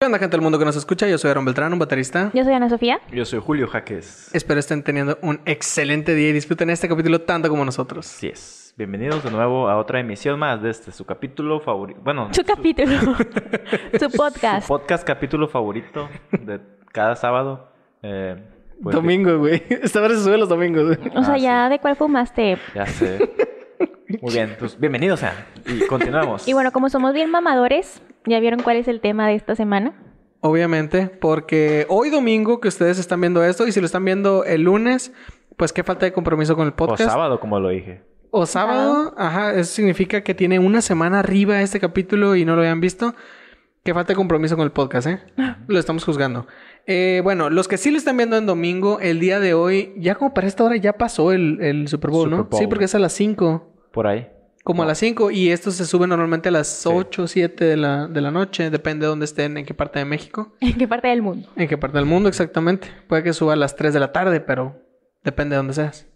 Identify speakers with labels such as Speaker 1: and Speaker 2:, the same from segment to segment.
Speaker 1: ¿Qué onda, gente del mundo que nos escucha? Yo soy Aaron Beltrán, un baterista.
Speaker 2: Yo soy Ana Sofía.
Speaker 3: Yo soy Julio Jaques.
Speaker 1: Espero estén teniendo un excelente día y disfruten este capítulo tanto como nosotros.
Speaker 3: Así es. Bienvenidos de nuevo a otra emisión más de este, su capítulo favorito. Bueno,
Speaker 2: Su capítulo. su podcast.
Speaker 3: podcast capítulo favorito de cada sábado. Eh, pues,
Speaker 1: Domingo, güey. Esta vez se sube los domingos. güey.
Speaker 2: o sea,
Speaker 3: Ah,
Speaker 2: ya de cuál fumaste.
Speaker 3: Ya sé. Muy bien, pues bienvenidos sean. Y continuamos.
Speaker 2: Y bueno, como somos bien mamadores, ya vieron cuál es el tema de esta semana.
Speaker 1: Obviamente, porque hoy domingo que ustedes están viendo esto y si lo están viendo el lunes, pues qué falta de compromiso con el
Speaker 3: o
Speaker 1: podcast.
Speaker 3: sábado, como lo dije.
Speaker 1: O sábado. Ajá, eso significa que tiene una semana arriba este capítulo y no lo habían visto. Que falta de compromiso con el podcast, ¿eh?
Speaker 2: Ah.
Speaker 1: Lo estamos juzgando. Eh, bueno, los que sí lo están viendo en domingo, el día de hoy, ya como para esta hora ya pasó el, el Super Bowl, ¿no?
Speaker 3: Super Bowl.
Speaker 1: Sí, porque es a las 5.
Speaker 3: Por ahí.
Speaker 1: Como a
Speaker 3: No.
Speaker 1: las 5 y esto se sube normalmente a las 8 o 7 de la, de la noche, depende de dónde estén, en qué parte de México,
Speaker 2: ¿En qué parte del mundo?
Speaker 1: en qué parte del mundo exactamente. Puede que suba a las 3 de la tarde, pero depende de dónde seas.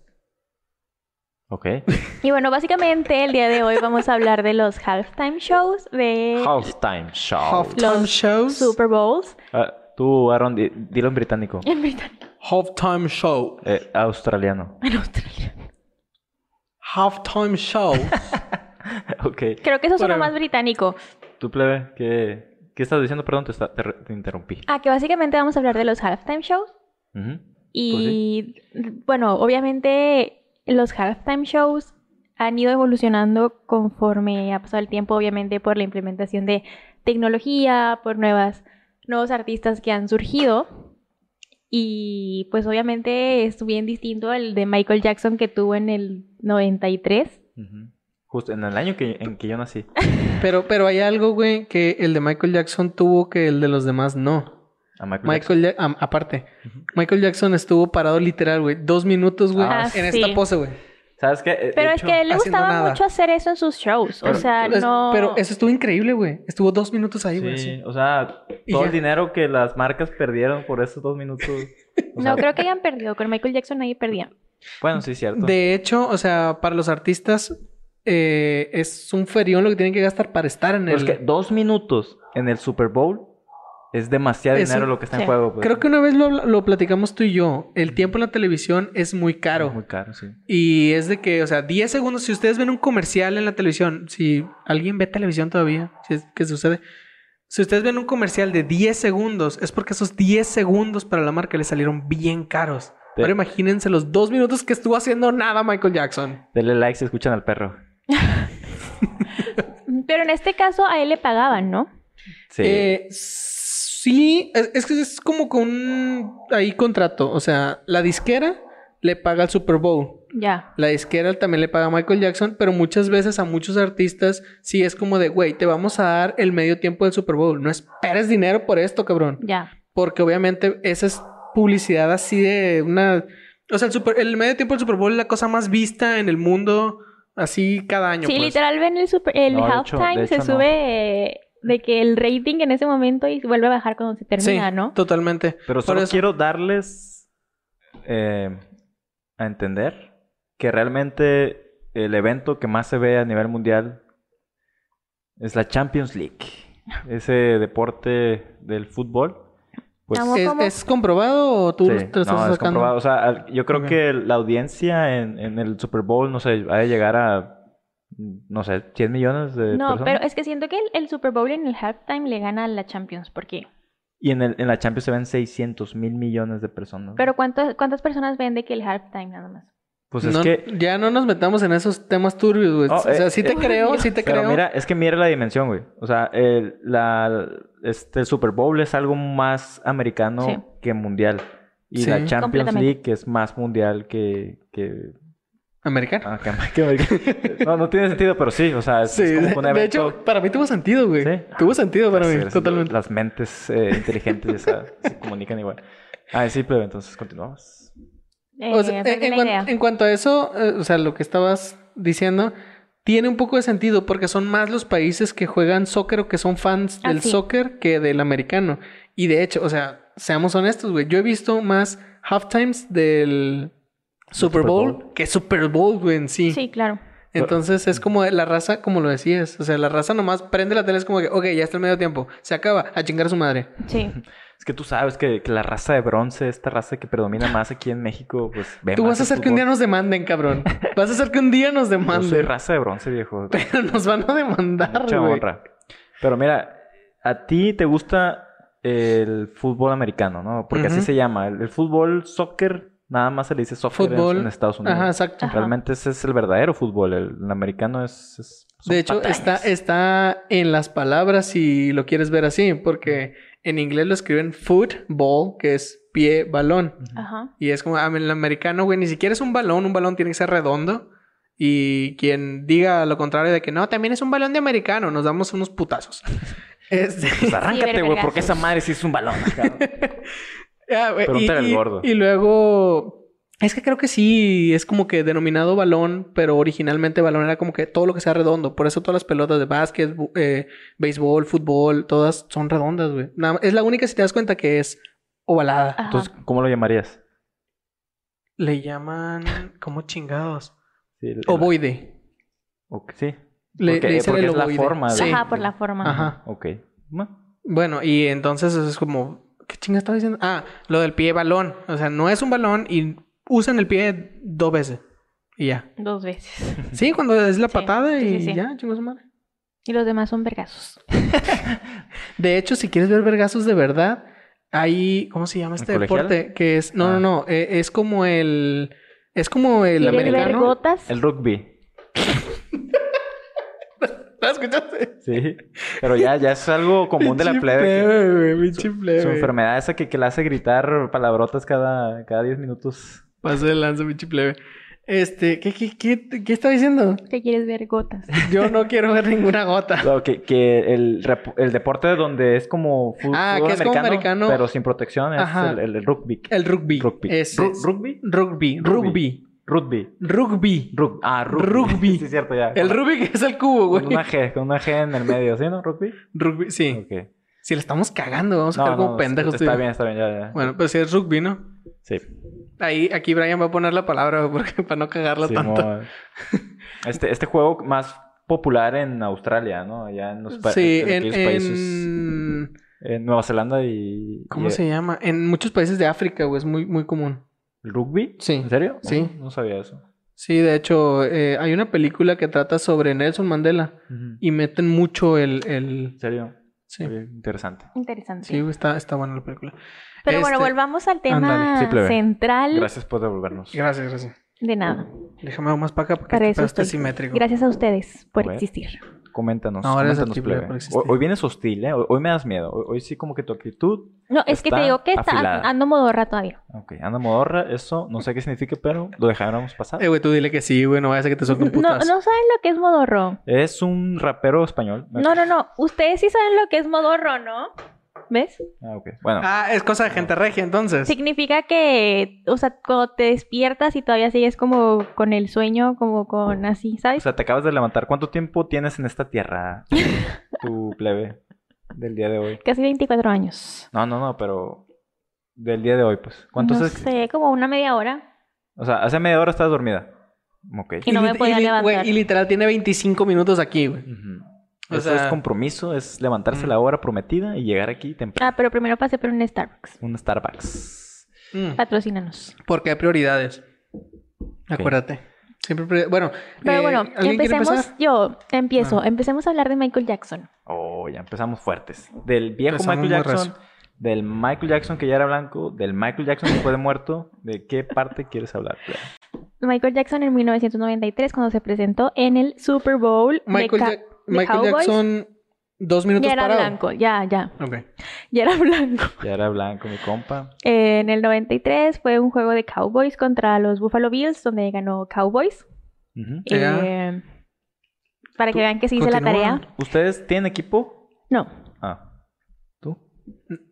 Speaker 3: Ok.
Speaker 2: Eh, Y bueno, básicamente el día de hoy vamos a hablar de los halftime shows de
Speaker 3: Halftime show.
Speaker 1: Halftime
Speaker 2: Los
Speaker 1: shows.
Speaker 2: Super Bowls
Speaker 3: Ah, tú, Aaron, di- dilo en británico.
Speaker 2: en Britania,
Speaker 1: Halftime show.
Speaker 3: Eh, australiano.
Speaker 2: en Australia.
Speaker 1: Halftime show.
Speaker 3: ok.
Speaker 2: Creo que eso suena
Speaker 1: Whatever.
Speaker 2: más británico.
Speaker 3: Tú, plebe, ¿qué, qué estás diciendo? Perdón, te, esta- te re- te interrumpí.
Speaker 2: Ah, que básicamente vamos a hablar de los halftime shows.
Speaker 3: Ujú.
Speaker 2: Y bueno, obviamente los halftime shows han ido evolucionando conforme ha pasado el tiempo, obviamente por la implementación de tecnología, por nuevas, nuevos artistas que han surgido. Y pues obviamente es bien distinto al de Michael Jackson que tuvo en el 93.
Speaker 3: Ujú. Justo en el año que, en que yo nací.
Speaker 1: Pero, pero hay algo, güey, que el de Michael Jackson tuvo que el de los demás no.
Speaker 3: A Michael,
Speaker 1: Michael Ja- am- aparte,
Speaker 3: Ujú.
Speaker 1: Michael Jackson estuvo parado literal, güey, dos minutos, güey,
Speaker 3: Ah,
Speaker 1: en
Speaker 2: sí.
Speaker 1: esta pose, güey.
Speaker 3: Jackson. ¿Sabes qué? Eh, de
Speaker 2: Pero es
Speaker 3: hecho,
Speaker 2: que a él le
Speaker 1: haciendo
Speaker 2: gustaba
Speaker 1: nada.
Speaker 2: mucho hacer eso en sus shows. o
Speaker 3: Pero-
Speaker 2: sea,
Speaker 1: Es-
Speaker 2: no...
Speaker 1: Pero eso estuvo increíble, güey. Estuvo dos minutos ahí, güey.
Speaker 3: Ah, Sí,
Speaker 1: así.
Speaker 3: o sea,
Speaker 1: Y
Speaker 3: todo
Speaker 1: ya.
Speaker 3: el dinero que las marcas perdieron por esos dos minutos. o sea,
Speaker 2: No creo que hayan perdido. Con Michael Jackson nadie perdía.
Speaker 3: Bueno, sí, cierto.
Speaker 1: De hecho, o sea, para los artistas eh, es un ferión lo que tienen que gastar para estar en
Speaker 3: Pero
Speaker 1: el.
Speaker 3: es que dos minutos en el Super Bowl es demasiado
Speaker 1: Es
Speaker 3: dinero
Speaker 1: un-
Speaker 3: lo que está
Speaker 2: sí.
Speaker 3: en juego. pues.
Speaker 1: Creo que una vez lo, habla- lo platicamos tú y yo. El tiempo en la televisión es muy caro.
Speaker 3: Es Muy caro, sí.
Speaker 1: Y es de que, o sea, 10 segundos, si ustedes ven un comercial en la televisión, si alguien ve televisión todavía, si es que sucede, si ustedes ven un comercial de 10 segundos, es porque esos 10 segundos para la marca le salieron bien caros.
Speaker 3: Te-
Speaker 1: Ahora imagínense los dos minutos que estuvo haciendo nada Michael Jackson.
Speaker 3: Denle like si escuchan al perro.
Speaker 2: Pero en este caso a él le pagaban, ¿no?
Speaker 3: Sí.
Speaker 1: Eh, sí, es, es que es como con un ahí contrato. O sea, la disquera le paga al Super Bowl.
Speaker 2: Ya.
Speaker 1: La disquera también le paga a Michael Jackson, pero muchas veces a muchos artistas sí es como de, güey, te vamos a dar el medio tiempo del Super Bowl. No esperes dinero por esto, cabrón.
Speaker 2: Ya.
Speaker 1: Porque obviamente esa es publicidad así de una... O sea, el, super- el medio tiempo del Super Bowl es la cosa más vista en el mundo así cada año.
Speaker 2: Sí,
Speaker 1: pues.
Speaker 2: literal ven el, super- el
Speaker 3: No, de hecho-
Speaker 2: halftime,
Speaker 3: de
Speaker 2: se
Speaker 3: hecho, no.
Speaker 2: sube eh, de que el rating en ese momento y vuelve a bajar cuando se termina,
Speaker 1: sí,
Speaker 2: ¿no?
Speaker 1: totalmente.
Speaker 3: Pero
Speaker 1: Por
Speaker 3: solo
Speaker 1: eso-
Speaker 3: quiero darles eh, a entender que realmente el evento que más se ve a nivel mundial es la Champions League. Ese deporte del fútbol. Pues
Speaker 2: Amo-
Speaker 1: ¿Es,
Speaker 2: ¿Cómo?
Speaker 1: es comprobado o tú
Speaker 3: sí,
Speaker 1: te lo estás
Speaker 3: no, es
Speaker 1: sacando?
Speaker 3: comprobado. O sea, al- yo creo
Speaker 1: Ok.
Speaker 3: que la audiencia en, en el Super Bowl, no sé, va a llegar a, no sé, 100 millones de
Speaker 2: No,
Speaker 3: personas.
Speaker 2: pero es que siento que el, el Super Bowl en el halftime le gana a la Champions, ¿por qué?
Speaker 3: Y en, el- en la Champions se ven 600 mil millones de personas.
Speaker 2: Pero ¿cuántas cuántas personas ven de que el halftime nada más?
Speaker 3: pues es
Speaker 1: No-
Speaker 3: que
Speaker 1: Ya no nos metamos en esos temas turbios, güey.
Speaker 3: Oh,
Speaker 1: o sea,
Speaker 3: eh,
Speaker 1: sí te
Speaker 3: eh,
Speaker 1: creo, sí te
Speaker 3: Pero
Speaker 1: creo.
Speaker 3: mira, es que mira la dimensión, güey. O sea, el, la, este, el Super Bowl es algo más americano
Speaker 2: Sí.
Speaker 3: que mundial. Y
Speaker 1: Sí.
Speaker 3: la Champions
Speaker 2: Completamente.
Speaker 3: League es más mundial que... que,
Speaker 1: Americano.
Speaker 3: ah, que- que americano. no, no tiene sentido, pero sí. O sea, es,
Speaker 1: Sí,
Speaker 3: es como que un
Speaker 1: de
Speaker 3: evento-
Speaker 1: hecho, para mí tuvo sentido, güey.
Speaker 3: Sí.
Speaker 1: Tuvo sentido para mí,
Speaker 3: Gracias, gracias.
Speaker 1: totalmente.
Speaker 3: Las mentes eh, inteligentes ya saben, se comunican igual. Ah, sí, pero entonces continuamos.
Speaker 2: Eh,
Speaker 1: O sea, en,
Speaker 2: perdí
Speaker 1: en
Speaker 2: la
Speaker 1: cuan-
Speaker 2: idea.
Speaker 1: en cuanto a eso, eh, o sea, lo que estabas diciendo, tiene un poco de sentido porque son más los países que juegan soccer o que son fans
Speaker 2: Ah,
Speaker 1: del
Speaker 2: sí.
Speaker 1: soccer que del americano. Y de hecho, o sea, seamos honestos, güey. Yo he visto más halftimes del Super
Speaker 3: Super
Speaker 1: Bowl,
Speaker 3: Bowl.
Speaker 1: que Super Bowl, güey, en sí.
Speaker 2: Sí, claro.
Speaker 1: Entonces es como la raza, como lo decías. O sea, la raza nomás prende la tele, es como que, ok, ya está el medio tiempo. Se acaba, a chingar a su madre.
Speaker 2: Sí.
Speaker 3: Es que tú sabes que, que la raza de bronce, esta raza que predomina más aquí en México, pues ve
Speaker 1: Tú
Speaker 3: más
Speaker 1: vas a
Speaker 3: el
Speaker 1: hacer que un día
Speaker 3: fútbol.
Speaker 1: nos demanden, cabrón. Vas a hacer que un día nos
Speaker 3: Yo soy
Speaker 1: demanden.
Speaker 3: raza de bronce, viejo.
Speaker 1: Pero nos van a demandar,
Speaker 3: Mucha
Speaker 1: güey.
Speaker 3: honra. Pero mira, a ti te gusta el fútbol americano, ¿no? Porque así
Speaker 1: Ujú.
Speaker 3: se llama. El, el fútbol, soccer, nada más se le dice soccer en-
Speaker 1: Fútbol.
Speaker 3: en Estados Unidos.
Speaker 1: Ajá, exacto.
Speaker 2: Ajá.
Speaker 3: Realmente ese es el verdadero fútbol. El, el americano es... es- son
Speaker 1: De hecho,
Speaker 3: patañas.
Speaker 1: está, está en las palabras si lo quieres ver así, porque en inglés lo escriben football, que es pie, balón.
Speaker 2: Ajá.
Speaker 1: Y es como, ah, el americano, güey, ni siquiera es un balón, un balón tiene que ser redondo. Y quien diga lo contrario de que no, también es un balón de americano, nos damos unos putazos. Este,
Speaker 3: Pues arráncate, güey,
Speaker 2: vergazos.
Speaker 3: porque esa madre sí es un balón. cabrón.
Speaker 1: ah, güey, y,
Speaker 3: Pregúntale al
Speaker 1: y-
Speaker 3: gordo.
Speaker 1: y luego, es que creo que sí, es como que denominado balón, pero originalmente balón era como que todo lo que sea redondo. Por eso todas las pelotas de básquet, bu- eh, béisbol, fútbol, todas son redondas, güey. Nada- Es la única, si te das cuenta, que es ovalada.
Speaker 2: Ajá.
Speaker 3: Entonces, ¿cómo lo llamarías?
Speaker 1: Le llaman, como chingados?
Speaker 3: Sí, el- el-
Speaker 1: Ovoide.
Speaker 3: ok, sí.
Speaker 1: Le-
Speaker 3: porque
Speaker 1: le dicen
Speaker 3: porque
Speaker 1: el
Speaker 3: es la
Speaker 1: ovoide.
Speaker 3: forma. de-
Speaker 1: Sí.
Speaker 2: Ajá, por la forma.
Speaker 1: Ajá.
Speaker 3: Ok. Bueno,
Speaker 1: Bueno, y entonces es como, ¿qué chinga estaba diciendo? Ah, lo del pie balón. O sea, no es un balón y usan el pie dos veces. Y ya.
Speaker 2: Dos veces.
Speaker 1: Sí, cuando es la
Speaker 2: Sí,
Speaker 1: patada
Speaker 2: sí,
Speaker 1: y
Speaker 2: sí, sí.
Speaker 1: ya, chingos madre.
Speaker 2: Y los demás son vergazos.
Speaker 1: De hecho, si quieres ver vergazos de verdad, hay, ¿cómo se llama
Speaker 3: ¿El
Speaker 1: este
Speaker 3: colegial?
Speaker 1: deporte? Que es, no,
Speaker 3: Ah.
Speaker 1: no, no, eh, es como el, es como el
Speaker 2: ¿Quieres ver
Speaker 1: americano.
Speaker 2: gotas?
Speaker 3: el rugby.
Speaker 1: ¿Lo escuchaste?
Speaker 3: Sí. Pero ya, ya es algo común de la
Speaker 1: Pinche
Speaker 3: plebe. que-
Speaker 1: plebe, güey, pinche
Speaker 3: Su
Speaker 1: plebe.
Speaker 3: enfermedad esa que, que la hace gritar palabrotas cada, cada 10 minutos.
Speaker 1: Paso de lanza, pinche plebe. Este, ¿qué, qué, qué, qué estaba diciendo?
Speaker 2: ¿Qué quieres ver gotas?
Speaker 1: Yo no quiero ver ninguna gota.
Speaker 3: Claro, que, que el, rep- el deporte donde es como fu- fútbol,
Speaker 1: Ah, que es como
Speaker 3: americano,
Speaker 1: americano.
Speaker 3: pero sin protección es
Speaker 1: Ajá.
Speaker 3: el, el- el rugby.
Speaker 1: El rugby.
Speaker 3: Rugby.
Speaker 1: Ese
Speaker 3: Ru-
Speaker 1: es.
Speaker 3: ¿Rugby?
Speaker 1: Rugby. Rugby.
Speaker 3: Rugby.
Speaker 1: Rugby.
Speaker 3: Rug- ah, rugby.
Speaker 1: Rugby.
Speaker 3: sí, es cierto, ya.
Speaker 1: El
Speaker 3: Con-
Speaker 1: rugby que es el cubo,
Speaker 3: Con
Speaker 1: güey.
Speaker 3: una G, con una G en el medio, ¿sí, no? ¿Rugby?
Speaker 1: Rugby, sí.
Speaker 3: Ok.
Speaker 1: Si le estamos cagando, vamos a
Speaker 3: No,
Speaker 1: quedar como
Speaker 3: no,
Speaker 1: pendejos. tú y
Speaker 3: Está
Speaker 1: yo.
Speaker 3: bien, está bien, ya, ya.
Speaker 1: Bueno, pues sí es rugby, ¿no?
Speaker 3: sí.
Speaker 1: Ahí, aquí Brian va a poner la palabra porque, para no cagarla
Speaker 3: Sí,
Speaker 1: tanto.
Speaker 3: mo- Este, este juego más popular en Australia, ¿no? Allá en los pa-
Speaker 1: Sí,
Speaker 3: en
Speaker 1: en,
Speaker 3: aquellos países.
Speaker 1: en-
Speaker 3: En Nueva Zelanda y...
Speaker 1: ¿Cómo
Speaker 3: y-
Speaker 1: se llama? En muchos países de África, güey, es muy, muy común.
Speaker 3: ¿El rugby?
Speaker 1: Sí.
Speaker 3: ¿En serio? Ah,
Speaker 1: Sí.
Speaker 3: No, no sabía eso.
Speaker 1: Sí, de hecho, eh, hay una película que trata sobre Nelson Mandela y meten mucho el... el...
Speaker 3: ¿En serio?
Speaker 1: Sí,
Speaker 3: Oye, Interesante.
Speaker 2: Interesante.
Speaker 1: sí güey, está, está buena la película.
Speaker 2: Pero bueno,
Speaker 1: Este-
Speaker 2: volvamos al tema
Speaker 3: Ándale, sí, plebe.
Speaker 2: central.
Speaker 3: Gracias por devolvernos.
Speaker 1: Gracias, gracias.
Speaker 2: De nada.
Speaker 1: Déjame algo más para acá porque
Speaker 2: Para
Speaker 1: este
Speaker 2: eso
Speaker 1: pedo está
Speaker 2: estoy.
Speaker 1: simétrico.
Speaker 2: Gracias a ustedes por
Speaker 3: A ver.
Speaker 2: existir.
Speaker 3: Coméntanos.
Speaker 1: No, gracias a
Speaker 3: coméntanos,
Speaker 1: ti, plebe,
Speaker 3: plebe.
Speaker 1: por existir.
Speaker 3: Hoy, hoy vienes hostil, ¿eh? Hoy, hoy me das miedo. Hoy, hoy sí como que tu actitud...
Speaker 2: No, es que
Speaker 3: Está
Speaker 2: te digo que está,
Speaker 3: afilada.
Speaker 2: ando modorra todavía.
Speaker 3: Ok, anda modorra. Eso no sé qué significa, pero lo dejaremos pasar.
Speaker 1: Eh, güey, tú dile que sí, güey, no vaya a ser que te suelte
Speaker 2: No,
Speaker 1: un putazo.
Speaker 2: no saben lo que es modorro.
Speaker 3: Es un rapero español.
Speaker 2: No, no, no. Ustedes sí saben lo que es modorro, ¿no? ¿Ves?
Speaker 3: Ah, ok. Bueno.
Speaker 1: Ah, es cosa de gente regia, entonces.
Speaker 2: Significa que, o sea, cuando te despiertas y todavía sigues como con el sueño, como con así,
Speaker 3: O
Speaker 2: ¿sabes?
Speaker 3: sea, te acabas de levantar. ¿Cuánto tiempo tienes en esta tierra, tu plebe, del día de hoy?
Speaker 2: Casi 24 años.
Speaker 3: No, no, no, pero del día de hoy, pues. ¿Cuánto
Speaker 2: no
Speaker 3: es-
Speaker 2: sé, como una media hora.
Speaker 3: O sea, hace media hora estabas dormida. Ok.
Speaker 2: Y no me
Speaker 1: lit-
Speaker 2: podía
Speaker 1: li-
Speaker 2: levantar.
Speaker 1: güey, y literal tiene 25 minutos aquí, güey.
Speaker 3: Ujú.
Speaker 1: O
Speaker 3: Eso
Speaker 1: sea-
Speaker 3: es compromiso, es levantarse
Speaker 1: Mm.
Speaker 3: la hora prometida y llegar aquí temprano.
Speaker 2: Ah, pero primero pasé por un Starbucks.
Speaker 3: Un Starbucks.
Speaker 1: Mm,
Speaker 2: Ah. Patrocínanos.
Speaker 1: Porque hay prioridades. Acuérdate. Siempre pri- Bueno,
Speaker 2: Pero
Speaker 1: eh,
Speaker 2: bueno,
Speaker 1: ¿alguien quiere
Speaker 2: empecemos.
Speaker 1: empezar?
Speaker 2: Yo empiezo.
Speaker 1: Ah.
Speaker 2: Empecemos a hablar de Michael Jackson.
Speaker 3: Oh, ya empezamos fuertes. Del viejo
Speaker 1: Empezamos
Speaker 3: Michael
Speaker 1: muy
Speaker 3: Jackson, del Michael Jackson que ya era blanco, del Michael Jackson después de muerto. ¿De qué parte quieres hablar? Clara?
Speaker 2: Michael Jackson en 1993 cuando se presentó en el Super Bowl. de
Speaker 1: Michael,
Speaker 2: Ca-
Speaker 1: Jack-
Speaker 2: de
Speaker 1: Michael
Speaker 2: Cowboys.
Speaker 1: Jackson, dos minutos
Speaker 2: Ya era
Speaker 1: parado.
Speaker 2: blanco, ya, ya.
Speaker 1: Ok.
Speaker 2: Ya era blanco.
Speaker 3: Ya era blanco, mi compa.
Speaker 2: Eh, En el 93 fue un juego de Cowboys contra los Buffalo Bills donde ganó Cowboys.
Speaker 3: Ujú.
Speaker 1: Ya.
Speaker 2: Eh, para
Speaker 1: Tú-
Speaker 2: que vean que sí hice la
Speaker 1: continúa.
Speaker 2: tarea.
Speaker 3: ¿Ustedes tienen equipo?
Speaker 2: No.
Speaker 3: Ah. ¿Tú?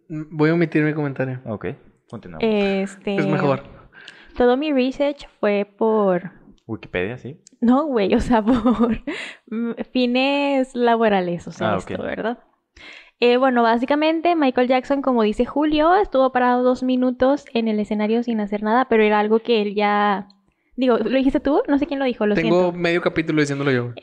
Speaker 1: Mm, Voy a omitir mi comentario.
Speaker 3: Ok. Continuamos.
Speaker 1: Eh,
Speaker 2: Este,
Speaker 1: Es mejor.
Speaker 2: Todo mi research fue por
Speaker 3: Wikipedia, sí.
Speaker 2: No, güey, o sea, por mm, fines laborales, o sea,
Speaker 3: Ah, ok.
Speaker 2: esto, ¿verdad? Eh, bueno, básicamente Michael Jackson, como dice Julio, estuvo parado dos minutos en el escenario sin hacer nada, pero era algo que él ya Digo, ¿lo dijiste tú? No sé quién lo dijo, lo
Speaker 1: Tengo
Speaker 2: siento.
Speaker 1: medio capítulo diciéndolo yo. güey.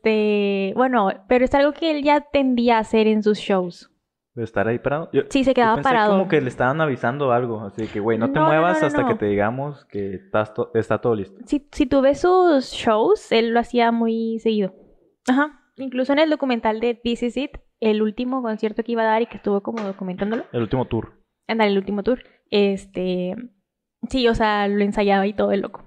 Speaker 2: Este, bueno, pero es algo que él ya tendía a hacer en sus shows.
Speaker 3: De estar ahí parado. Yo,
Speaker 2: Sí, se
Speaker 3: yo
Speaker 2: quedaba
Speaker 3: pensé
Speaker 2: parado.
Speaker 3: como que le estaban avisando algo. Así que, güey, no te
Speaker 2: No, no,
Speaker 3: muevas
Speaker 2: no, no,
Speaker 3: hasta
Speaker 2: no.
Speaker 3: que te digamos que estás to- está todo listo.
Speaker 2: si, si tú ves sus shows, él lo hacía muy seguido. Ajá. Incluso en el documental de This Is It, el último concierto que iba a dar y que estuvo como documentándolo,
Speaker 3: El último tour.
Speaker 2: andar el último tour, este, sí, o sea, lo ensayaba y todo el loco.